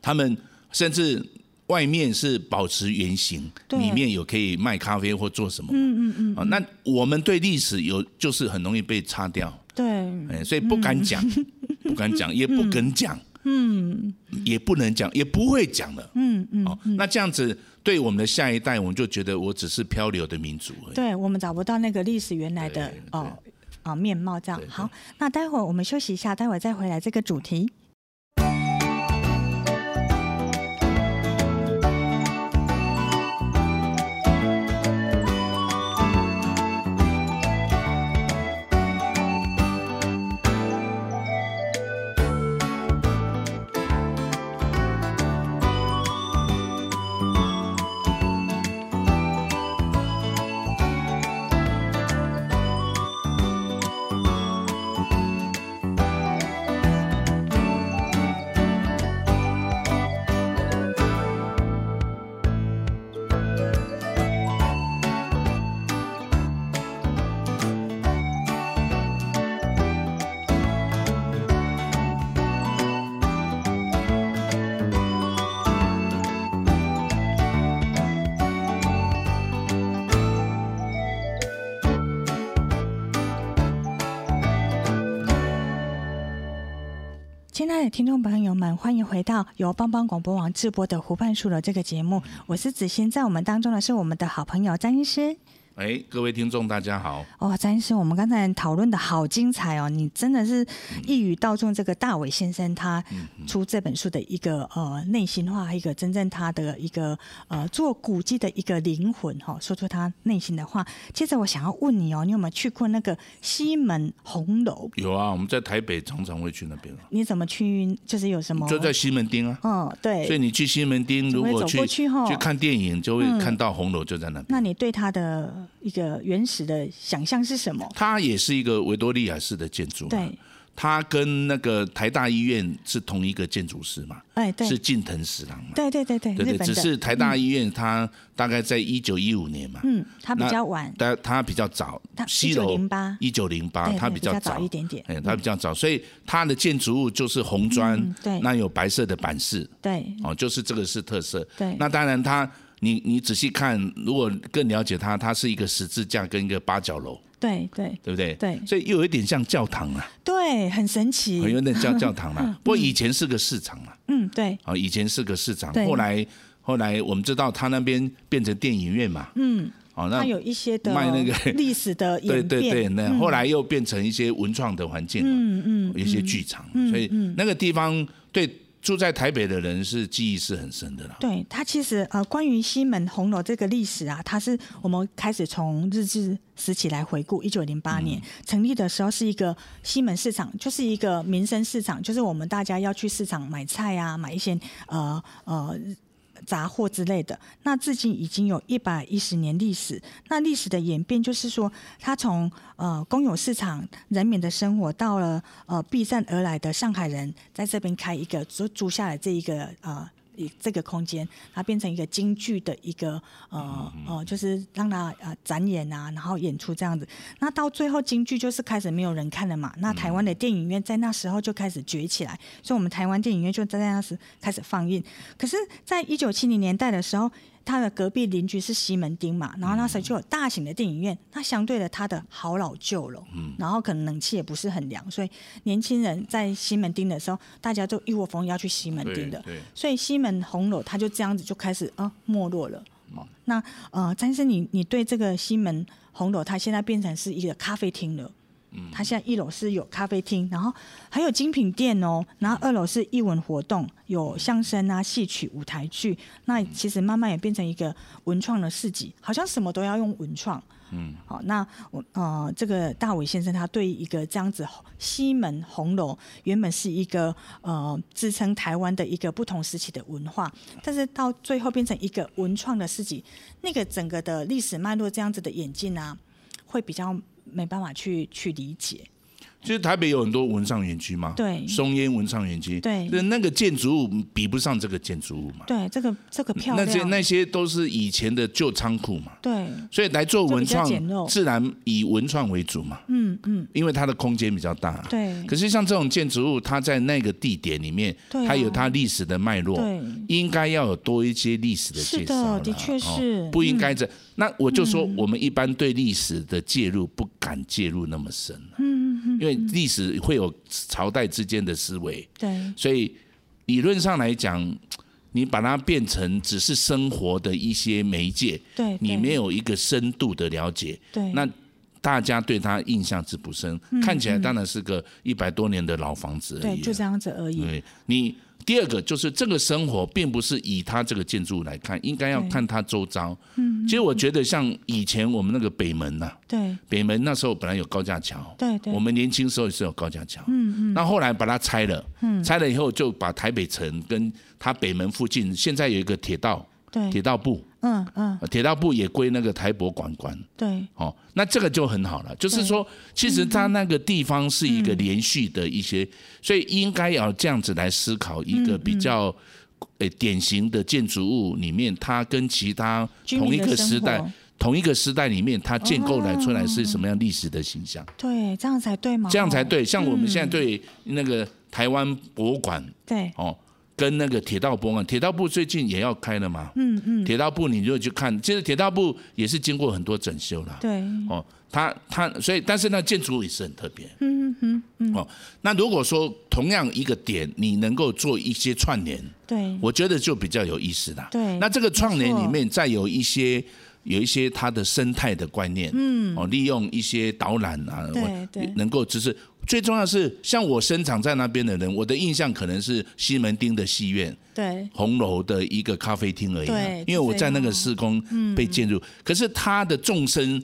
[SPEAKER 1] 他们甚至外面是保持原形，
[SPEAKER 2] 对
[SPEAKER 1] 里面有可以卖咖啡或做什么。嗯嗯嗯。啊，那我们对历史有就是很容易被擦掉，
[SPEAKER 2] 对
[SPEAKER 1] 哎，所以不敢讲，不敢讲，也不敢讲，嗯，也不能讲，也不会讲了，嗯嗯。哦，那这样子对我们的下一代，我们就觉得我只是漂流的民族而已。
[SPEAKER 2] 对，我们找不到那个历史原来的
[SPEAKER 1] 对
[SPEAKER 2] 哦啊、面貌这样
[SPEAKER 1] 对。对
[SPEAKER 2] 好，那待会儿我们休息一下，待会儿再回来这个主题。亲爱的听众朋友们，欢迎回到由帮帮广播网直播的《湖畔书楼》这个节目，
[SPEAKER 1] 嗯
[SPEAKER 2] 我是子欣，在我们当中的是我们的好朋友张医师。
[SPEAKER 1] 哎，各位听众大家好，
[SPEAKER 2] 哦，张医师，我们刚才讨论的好精彩哦，你真的是
[SPEAKER 1] 嗯
[SPEAKER 2] 一语道中这个大伟先生他出这本书的一个呃内心话，一个真正他的一个呃做古迹的一个灵魂哈、哦，说出他内心的话。接着我想要问你哦，你有没有去过那个西门红楼？
[SPEAKER 1] 有啊，我们在台北常常会去那边啊。
[SPEAKER 2] 你怎么去？就是有什么？
[SPEAKER 1] 就在西门町啊。
[SPEAKER 2] 哦，对，
[SPEAKER 1] 所以你去西门町，
[SPEAKER 2] 就
[SPEAKER 1] 如
[SPEAKER 2] 会
[SPEAKER 1] 果
[SPEAKER 2] 走
[SPEAKER 1] 去
[SPEAKER 2] 过去吼嗯
[SPEAKER 1] 看电影，就会看到红楼就在那边。
[SPEAKER 2] 那你对它的一个原始的想象是什么？
[SPEAKER 1] 它也是一个维多利亚式的建筑嘛，
[SPEAKER 2] 对
[SPEAKER 1] 他跟那个台大医院是同一个建筑师嘛，
[SPEAKER 2] 哎，对，
[SPEAKER 1] 是近藤史郎嘛，
[SPEAKER 2] 对对对对，
[SPEAKER 1] 对
[SPEAKER 2] 日
[SPEAKER 1] 对，
[SPEAKER 2] 本
[SPEAKER 1] 只
[SPEAKER 2] 的，
[SPEAKER 1] 是台大医院它大概在一九一五年嘛，
[SPEAKER 2] 嗯，它比
[SPEAKER 1] 那
[SPEAKER 2] 较晚，
[SPEAKER 1] 但它比较早
[SPEAKER 2] 它，
[SPEAKER 1] 西楼
[SPEAKER 2] 1908
[SPEAKER 1] 一九零八
[SPEAKER 2] 对，对
[SPEAKER 1] 它
[SPEAKER 2] 比
[SPEAKER 1] 较
[SPEAKER 2] 较早一点点
[SPEAKER 1] 哎，它比较早，所以它的建筑物就是红砖
[SPEAKER 2] 嗯，对
[SPEAKER 1] 那有白色的板饰，
[SPEAKER 2] 对
[SPEAKER 1] 哦，就是这个是特色。
[SPEAKER 2] 嗯对
[SPEAKER 1] 那当然它，你你仔细看，如果更了解它，它是一个十字架跟一个八角楼，
[SPEAKER 2] 对对
[SPEAKER 1] 对不对？
[SPEAKER 2] 对
[SPEAKER 1] 所以又有一点像教堂啦，
[SPEAKER 2] 对，很神
[SPEAKER 1] 哦有
[SPEAKER 2] 奇，
[SPEAKER 1] 点像教堂 啦。不过以前是个市场啦，
[SPEAKER 2] 嗯，对
[SPEAKER 1] 啊，以前是个市场，
[SPEAKER 2] 对
[SPEAKER 1] 后来后来我们知道它那边变成电影院嘛，嗯，哦，那
[SPEAKER 2] 它有一些的
[SPEAKER 1] 卖那个
[SPEAKER 2] 历史 的
[SPEAKER 1] 对
[SPEAKER 2] 演
[SPEAKER 1] 对对，
[SPEAKER 2] 变，嗯
[SPEAKER 1] 那后来又变成一些文创的环境，嗯嗯，一些剧场，所以
[SPEAKER 2] 嗯
[SPEAKER 1] 那个地方对住在台北的人是记忆是很深的啦。
[SPEAKER 2] 对它其实呃，关于西门红楼这个历史啊，它是我们开始从日治时期来回顾。一九零八年、成立的时候是一个西门市场，就是一个民生市场，就是我们大家要去市场买菜啊，买一些呃呃杂货之类的。那至今已经有一百一十年历史。那历史的演变就是说，它从呃公有市场人民的生活，到了呃避战而来的上海人在这边开一个租租下来这一个呃。一这个空间，它变成一个京剧的一个呃呃，就是让它呃展演啊，然后演出这样子。那到最后京剧就是开始没有人看了嘛，那台湾的电影院在那时候就开始崛起来，所以我们台湾电影院就在那时开始放映。可是，在一九七零年代的时候，它的隔壁邻居是西门町嘛，然后那时候就有大型的电影院，那相对的它的好老旧了，然后可能冷气也不是很凉，所以年轻人在西门町的时候，大家都一窝蜂要去西门町的，
[SPEAKER 1] 对，
[SPEAKER 2] 所以西门红楼它就这样子就开始啊、没落了。哦，那呃，詹生你，你对这个西门红楼，它现在变成是一个咖啡厅了。嗯，它现在一楼是有咖啡厅，然后还有精品店哦，然后二楼是艺文活动，有相声啊、戏曲、舞台剧。那其实慢慢也变成一个文创的市集，好像什么都要用文创。嗯，好，那我呃，这个大伟先生他对一个这样子西门红楼，原本是一个呃支撑台湾的一个不同时期的文化，但是到最后变成一个文创的市集，那个整个的历史脉络这样子的演进啊，会比较没办法去去理解。
[SPEAKER 1] 其实台北有很多文创园区嘛，
[SPEAKER 2] 对
[SPEAKER 1] 松烟文创园区，
[SPEAKER 2] 对
[SPEAKER 1] 那那个建筑物比不上这个建筑物嘛，
[SPEAKER 2] 对，这个这个漂
[SPEAKER 1] 嗯那
[SPEAKER 2] 亮，
[SPEAKER 1] 些那些都是以前的旧仓库嘛，
[SPEAKER 2] 对
[SPEAKER 1] 所以来做文创
[SPEAKER 2] 就比较简陋，
[SPEAKER 1] 自然以文创为主嘛，嗯嗯，因为它的空间比较大，。啊
[SPEAKER 2] 对
[SPEAKER 1] 可是像这种建筑物，它在那个地点里面，
[SPEAKER 2] 对啊
[SPEAKER 1] 它有它历史的脉络，
[SPEAKER 2] 对，
[SPEAKER 1] 应该要有多一些历史的介
[SPEAKER 2] 是
[SPEAKER 1] 绍啦哦
[SPEAKER 2] 的，的确是、嗯
[SPEAKER 1] 不应该这。那我就说，我们一般对历史的介入不敢介入那么深、嗯嗯，因为历史会有朝代之间的思维，
[SPEAKER 2] 对
[SPEAKER 1] 所以理论上来讲，你把它变成只是生活的一些媒介，
[SPEAKER 2] 对，
[SPEAKER 1] 你
[SPEAKER 2] 对
[SPEAKER 1] 没有一个深度的了解，
[SPEAKER 2] 对嗯
[SPEAKER 1] 那大家对它印象之不深，看起来当然是个一百多年的老房子而
[SPEAKER 2] 对
[SPEAKER 1] 已啊。
[SPEAKER 2] 就这样子而已。
[SPEAKER 1] 对你第二个就是这个生活，并不是以它这个建筑物来看，应该要
[SPEAKER 2] 对
[SPEAKER 1] 看它周遭。嗯，其实我觉得像以前我们那个北门呐、
[SPEAKER 2] 对
[SPEAKER 1] 北门那时候本来有高架桥，
[SPEAKER 2] 对对
[SPEAKER 1] 我们年轻时候也是有高架桥。嗯嗯，那后来把它拆了，嗯，拆了以后就把台北城跟它北门附近现在有一个铁道，铁
[SPEAKER 2] 对，
[SPEAKER 1] 道部，
[SPEAKER 2] 嗯嗯
[SPEAKER 1] 呃铁道部也归那个台博馆管。
[SPEAKER 2] 对
[SPEAKER 1] 哦，那这个就很好了，就是说，其
[SPEAKER 2] 嗯
[SPEAKER 1] 实它那个地方是一个连续的一些，所以应该要这样子来思考
[SPEAKER 2] 嗯
[SPEAKER 1] 一个比较，诶、典型的建筑物里面，它跟其他
[SPEAKER 2] 居民
[SPEAKER 1] 同
[SPEAKER 2] 的
[SPEAKER 1] 一个时代
[SPEAKER 2] 生活、
[SPEAKER 1] 同一个时代里面，它建构来出来是什么样历史的形象，
[SPEAKER 2] 对，这样才对嘛？
[SPEAKER 1] 这样才
[SPEAKER 2] 哦
[SPEAKER 1] 对。像我们现在对那个台湾博物馆
[SPEAKER 2] 对
[SPEAKER 1] 哦，跟那个铁道博物馆，铁道部最近也要开了嘛，嗯嗯，铁道部你就去看，其实铁道部也是经过很多整修啦。
[SPEAKER 2] 对
[SPEAKER 1] 哦，它它所以，但是呢，建筑物也是很特别。嗯嗯嗯。哦，那如果说同样一个点，你能够做一些串联，
[SPEAKER 2] 对
[SPEAKER 1] 我觉得就比较有意思啦。
[SPEAKER 2] 对
[SPEAKER 1] 那这个串联
[SPEAKER 2] 没错
[SPEAKER 1] 里面再有一些。有一些它的生态的观念，嗯，哦，利用一些导览啊，
[SPEAKER 2] 对
[SPEAKER 1] 我
[SPEAKER 2] 对
[SPEAKER 1] 能够只是最重要的是，像我生长在那边的人，我的印象可能是西门町的戏院，
[SPEAKER 2] 对
[SPEAKER 1] 红楼的一个咖啡厅而已啊、
[SPEAKER 2] 对
[SPEAKER 1] 因为我在那个施工
[SPEAKER 2] 嗯
[SPEAKER 1] 被建筑，可是它的纵深，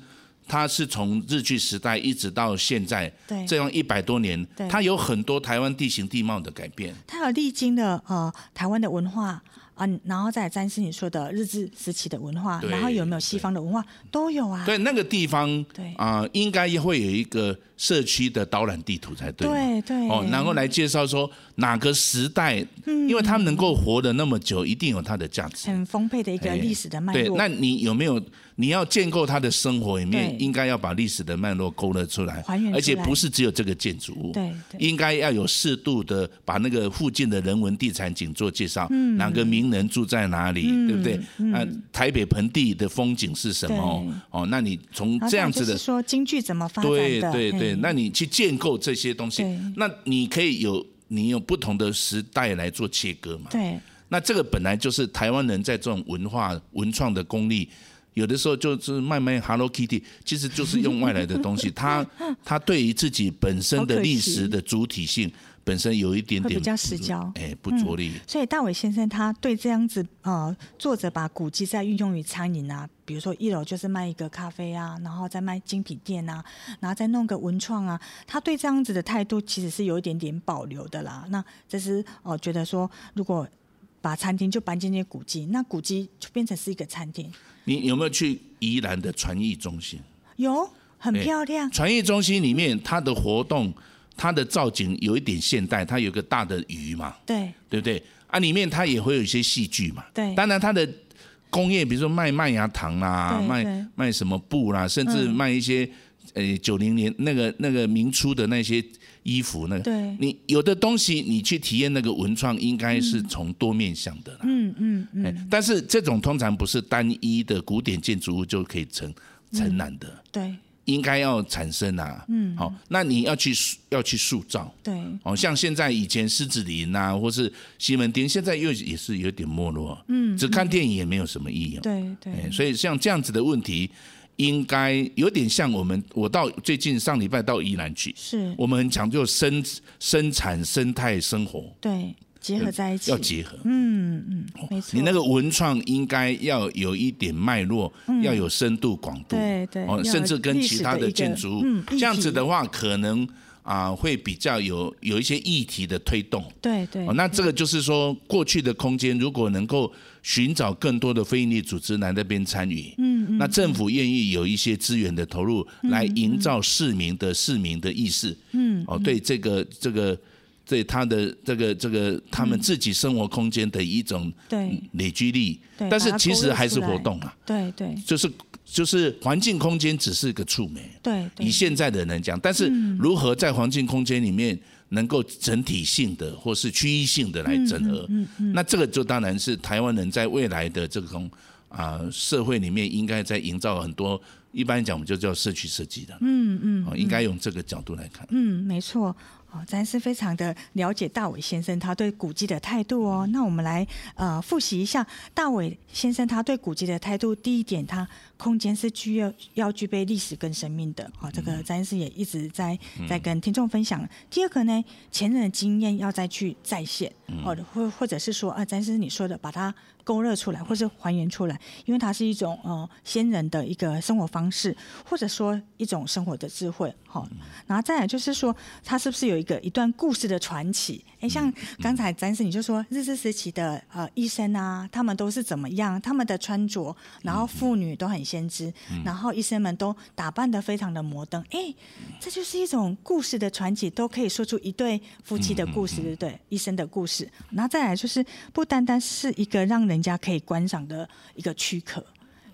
[SPEAKER 1] 它是从日据时代一直到现在，
[SPEAKER 2] 对
[SPEAKER 1] 这样一百多年
[SPEAKER 2] 对，啊
[SPEAKER 1] 它有很多台湾地形地貌的改变，
[SPEAKER 2] 它有历经了呃台湾的文化、啊，然后再詹是你说的日治时期的文化，
[SPEAKER 1] 对
[SPEAKER 2] 然后有没有西方的文化都有啊。
[SPEAKER 1] 对，那个地方
[SPEAKER 2] 对
[SPEAKER 1] 啊、应该会有一个社区的导览地图才对嘛。
[SPEAKER 2] 对对嗯
[SPEAKER 1] 哦，然后来介绍说哪个时代，因为他们能够活得那么久，一定有它的价值。
[SPEAKER 2] 很丰沛的一个历史的脉
[SPEAKER 1] 哎对，
[SPEAKER 2] 络，
[SPEAKER 1] 那你有没有？你要建构他的生活里面，
[SPEAKER 2] 对
[SPEAKER 1] 应该要把历史的脉络勾勒出来，
[SPEAKER 2] 还原出来
[SPEAKER 1] 而且不是只有这个建筑物，
[SPEAKER 2] 对对
[SPEAKER 1] 应该要有适度的把那个附近的人文地产景做介绍，
[SPEAKER 2] 嗯
[SPEAKER 1] 哪个名人住在哪里，对不对？那台北盆地的风景是什么？哦，那你从
[SPEAKER 2] 然后
[SPEAKER 1] 这样子
[SPEAKER 2] 就
[SPEAKER 1] 的
[SPEAKER 2] 是说京剧怎么发展
[SPEAKER 1] 对
[SPEAKER 2] 的，
[SPEAKER 1] 对对
[SPEAKER 2] 嘿，
[SPEAKER 1] 那你去建构这些东西
[SPEAKER 2] 对，
[SPEAKER 1] 那你可以有你有不同的时代来做切割嘛？
[SPEAKER 2] 对
[SPEAKER 1] 那这个本来就是台湾人在这种文化文创的功力。有的时候就是慢慢 Hello Kitty，其实就是用外来的东 西，它它对于自己本身的历史的主体性本身有一点
[SPEAKER 2] 会
[SPEAKER 1] 点
[SPEAKER 2] 比较失焦嗯
[SPEAKER 1] 哎，不着力。
[SPEAKER 2] 所以大伟先生他对这样子呃，作者把古迹在运用于餐饮啊，比如说一楼就是卖一个咖啡啊，然后再卖精品店啊，然后再弄个文创啊，他对这样子的态度其实是有一点点保留的啦。那这是哦、呃觉得说如果把餐厅就搬进去古迹，那古迹就变成是一个餐厅，
[SPEAKER 1] 你有没有去宜兰的传艺中心？
[SPEAKER 2] 有很
[SPEAKER 1] 哎
[SPEAKER 2] 漂亮，
[SPEAKER 1] 传艺中心里面，它的活动、它的造景有一点现代，它有个大的鱼嘛，
[SPEAKER 2] 对
[SPEAKER 1] 对不对？啊，里面它也会有一些戏剧嘛。
[SPEAKER 2] 对
[SPEAKER 1] 当然它的工业，比如说卖麦芽糖啦，
[SPEAKER 2] 对对
[SPEAKER 1] 卖卖什么布啦，甚至卖一些、呃九零年那个那个明初的那些衣服那个。
[SPEAKER 2] 对
[SPEAKER 1] 你有的东西，你去体验那个文创，应该是从多面向的啦。嗯嗯嗯。但是这种通常不是单一的古典建筑物就可以承承揽的。
[SPEAKER 2] 对
[SPEAKER 1] 应该要产生啊，嗯，好、那你要去塑要去塑造，
[SPEAKER 2] 对
[SPEAKER 1] 哦，像现在以前狮子林啊，或是西门町，现在又也是有点没落，嗯，只看电影也没有什么意义哦，
[SPEAKER 2] 对
[SPEAKER 1] 哎
[SPEAKER 2] 对，
[SPEAKER 1] 所以像这样子的问题，应该有点像我们，我到最近上礼拜到宜兰去，
[SPEAKER 2] 是，
[SPEAKER 1] 我们很讲究生生产生态生活
[SPEAKER 2] 对结合在一起嗯
[SPEAKER 1] 要，结合，
[SPEAKER 2] 没错，
[SPEAKER 1] 你那个文创应该要有一点脉络，要有深度广度，
[SPEAKER 2] 嗯对对要有
[SPEAKER 1] 哦，甚至跟其他
[SPEAKER 2] 历史的一个
[SPEAKER 1] 建筑物，
[SPEAKER 2] 嗯议题
[SPEAKER 1] 这样子的话，可能啊、会比较有有一些议题的推动。
[SPEAKER 2] 对对
[SPEAKER 1] 哦，，那这个就是说，过去的空间如果能够寻找更多的非营利组织来那边参与，嗯，那政府愿意有一些资源的投入，来营造市民的市民的意识，嗯，哦，对这个这个对他的这个这个他们自己生活空间的一种
[SPEAKER 2] 对
[SPEAKER 1] 累积力，
[SPEAKER 2] 对
[SPEAKER 1] 但是
[SPEAKER 2] 把它
[SPEAKER 1] 其
[SPEAKER 2] 勾
[SPEAKER 1] 实
[SPEAKER 2] 勒
[SPEAKER 1] 还
[SPEAKER 2] 出
[SPEAKER 1] 是活
[SPEAKER 2] 来
[SPEAKER 1] 动啊，
[SPEAKER 2] 对对
[SPEAKER 1] 就是就是环境空间只是个触媒，
[SPEAKER 2] 对对嗯
[SPEAKER 1] 以现在的人讲，但是如何在环境空间里面能够整体性的或是区域性的来整合，
[SPEAKER 2] 嗯
[SPEAKER 1] 那这个就当然是台湾人在未来的这种啊、社会里面应该在营造很多，一般讲我们就叫社区设计的，嗯嗯，哦，应该用这个角度来看。
[SPEAKER 2] 嗯，没错。哦，咱是非常的了解大伟先生他对古迹的态度哦。那我们来呃复习一下大伟先生他对古迹的态度。第一点，他空间是具有要具备历史跟生命的。哦，这个詹士也一直在在跟听众分享。第二个呢，前人的经验要再去再现，哦，或或者是说啊，詹士你说的把它勾勒出来，或是还原出来，因为它是一种呃先人的一个生活方式，或者说一种生活的智慧。好、然后再来就是说，它是不是有一个一段故事的传奇？哎，像刚才詹士你就说日治时期的呃医生啊，他们都是怎么样，他们的穿着，然后妇女都很先知，然后医生们都打扮的非常的摩登。哎，这就是一种故事的传奇，都可以说出一对夫妻的故
[SPEAKER 1] 嗯
[SPEAKER 2] 事，对不对？医生的故事。然后再来就是，不单单是一个让人家可以观赏的一个躯壳。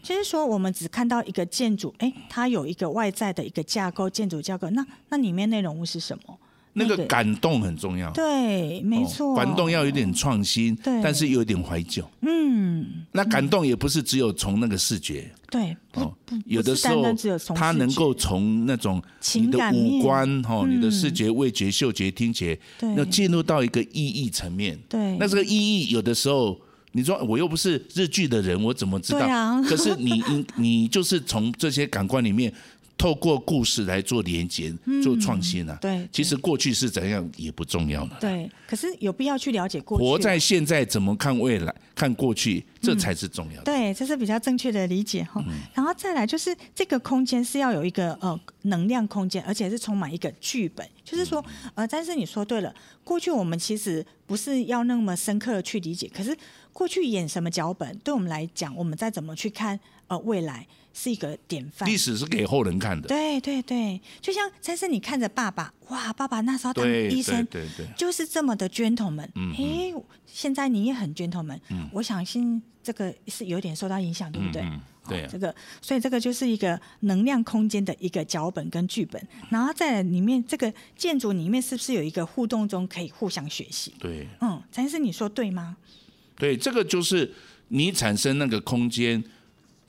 [SPEAKER 2] 就是说，我们只看到一个建筑，哎，它有一个外在的一个架构，建筑架构，那那里面内容物是什么？
[SPEAKER 1] 那个感动很重要，
[SPEAKER 2] 对，没
[SPEAKER 1] 哦
[SPEAKER 2] 错，
[SPEAKER 1] 感动要有点创新，
[SPEAKER 2] 对
[SPEAKER 1] 但是又有点怀旧。
[SPEAKER 2] 嗯，
[SPEAKER 1] 那感动也不是只有从那个视觉，
[SPEAKER 2] 对，不
[SPEAKER 1] 哦
[SPEAKER 2] 不，
[SPEAKER 1] 有的
[SPEAKER 2] 不
[SPEAKER 1] 时
[SPEAKER 2] 是单
[SPEAKER 1] 候
[SPEAKER 2] 单只有从
[SPEAKER 1] 他
[SPEAKER 2] 视
[SPEAKER 1] 能
[SPEAKER 2] 觉
[SPEAKER 1] 够从那种你
[SPEAKER 2] 情
[SPEAKER 1] 的
[SPEAKER 2] 感
[SPEAKER 1] 五
[SPEAKER 2] 面嗯
[SPEAKER 1] 官哈，你的视觉、味觉、嗅觉、听觉，
[SPEAKER 2] 对
[SPEAKER 1] 那进入到一个意义层面。
[SPEAKER 2] 对
[SPEAKER 1] 那这个意义有的时候。你说我又不是日剧的人，我怎么知道？
[SPEAKER 2] 对啊
[SPEAKER 1] 可是你你你就是从这些感官里面透过故事来做连接、做创新啊。
[SPEAKER 2] 嗯对，
[SPEAKER 1] 其实过去是怎样也不重要了。
[SPEAKER 2] 对，可是有必要去了解嗯过去。
[SPEAKER 1] 活在现在，怎么看未来、看过去，这才是重要的。
[SPEAKER 2] 对，这是比较正确的理解哈。
[SPEAKER 1] 嗯
[SPEAKER 2] 然后再来就是这个空间是要有一个呃能量空间，而且是充满一个剧本。就是说，
[SPEAKER 1] 嗯
[SPEAKER 2] 呃，但是你说对了，过去我们其实不是要那么深刻的去理解，可是过去演什么脚本，对我们来讲，我们再怎么去看呃未来是一个典范
[SPEAKER 1] 历。史是给后人看的。
[SPEAKER 2] 对对对，就像但是你看着爸爸，哇，爸爸那时候啊当
[SPEAKER 1] 对对
[SPEAKER 2] 医生，
[SPEAKER 1] 对对，
[SPEAKER 2] 就是这么的 gentleman。诶，
[SPEAKER 1] 嗯
[SPEAKER 2] 现在你也很 gentleman，、我相信这个是有点受到影响，对不对？
[SPEAKER 1] 嗯，对啊
[SPEAKER 2] 这个，所以这个就是一个能量空间的一个脚本跟剧本，然后在里面这个建筑里面是不是有一个互动中可以互相学习？
[SPEAKER 1] 对
[SPEAKER 2] 嗯，陈医师，你说对吗？
[SPEAKER 1] 对，这个就是你产生那个空间，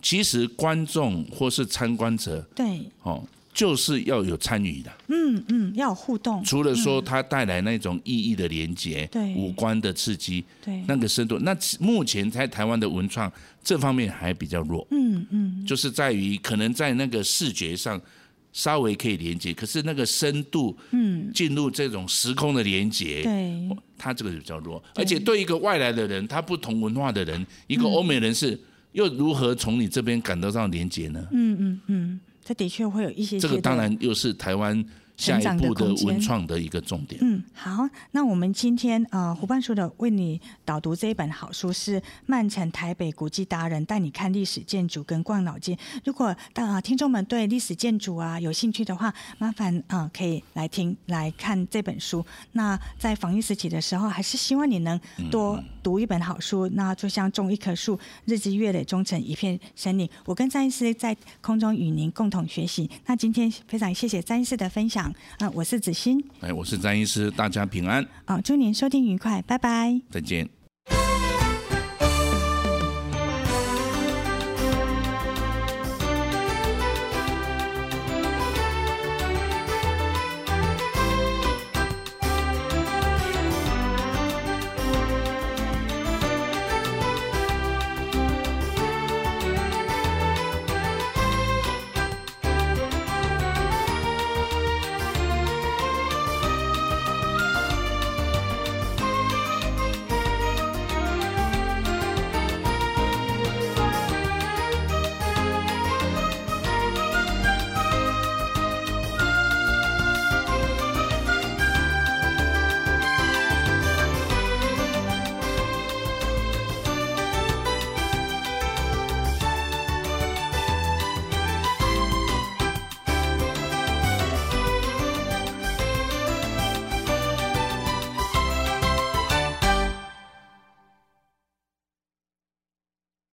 [SPEAKER 1] 其实观众或是参观者
[SPEAKER 2] 对，
[SPEAKER 1] 哦，就是要有参与的。
[SPEAKER 2] 嗯嗯，要有互动，
[SPEAKER 1] 除了说它带来那种意义的连接，
[SPEAKER 2] 嗯对
[SPEAKER 1] 五官的刺激，
[SPEAKER 2] 对，
[SPEAKER 1] 那个深度，那目前在台湾的文创这方面还比较弱，
[SPEAKER 2] 嗯嗯，
[SPEAKER 1] 就是在于可能在那个视觉上稍微可以连接，可是那个深度，嗯，进入这种时空的连接，
[SPEAKER 2] 对，
[SPEAKER 1] 它这个比较弱，而且对一个外来的人，他不同文化的人，一
[SPEAKER 2] 嗯
[SPEAKER 1] 个欧美人士。又如何从你这边感得到连接呢？
[SPEAKER 2] 嗯嗯嗯，这的确会有一些些
[SPEAKER 1] 这个
[SPEAKER 2] 的
[SPEAKER 1] 当然又是台湾下一步的
[SPEAKER 2] 成长的空间
[SPEAKER 1] 文创的一个重点。
[SPEAKER 2] 嗯，好，那我们今天呃，胡办书的为你导读这一本好书是《曼城台北古迹达人带你看历史建筑跟逛老街》。如果大、呃、听众们对历史建筑啊有兴趣的话，麻烦呃可以来听来看这本书。那在防疫时期的时候，还是希望你能多读一本好书。那就像种一棵树，日积月累，终成一片森林。我跟詹医师在空中与您共同学习。那今天非常谢谢詹医师的分享。嗯、我是子欣。
[SPEAKER 1] 哎，我是詹医师，大家平安，
[SPEAKER 2] 啊，祝您收听愉快，拜拜。
[SPEAKER 1] 再见。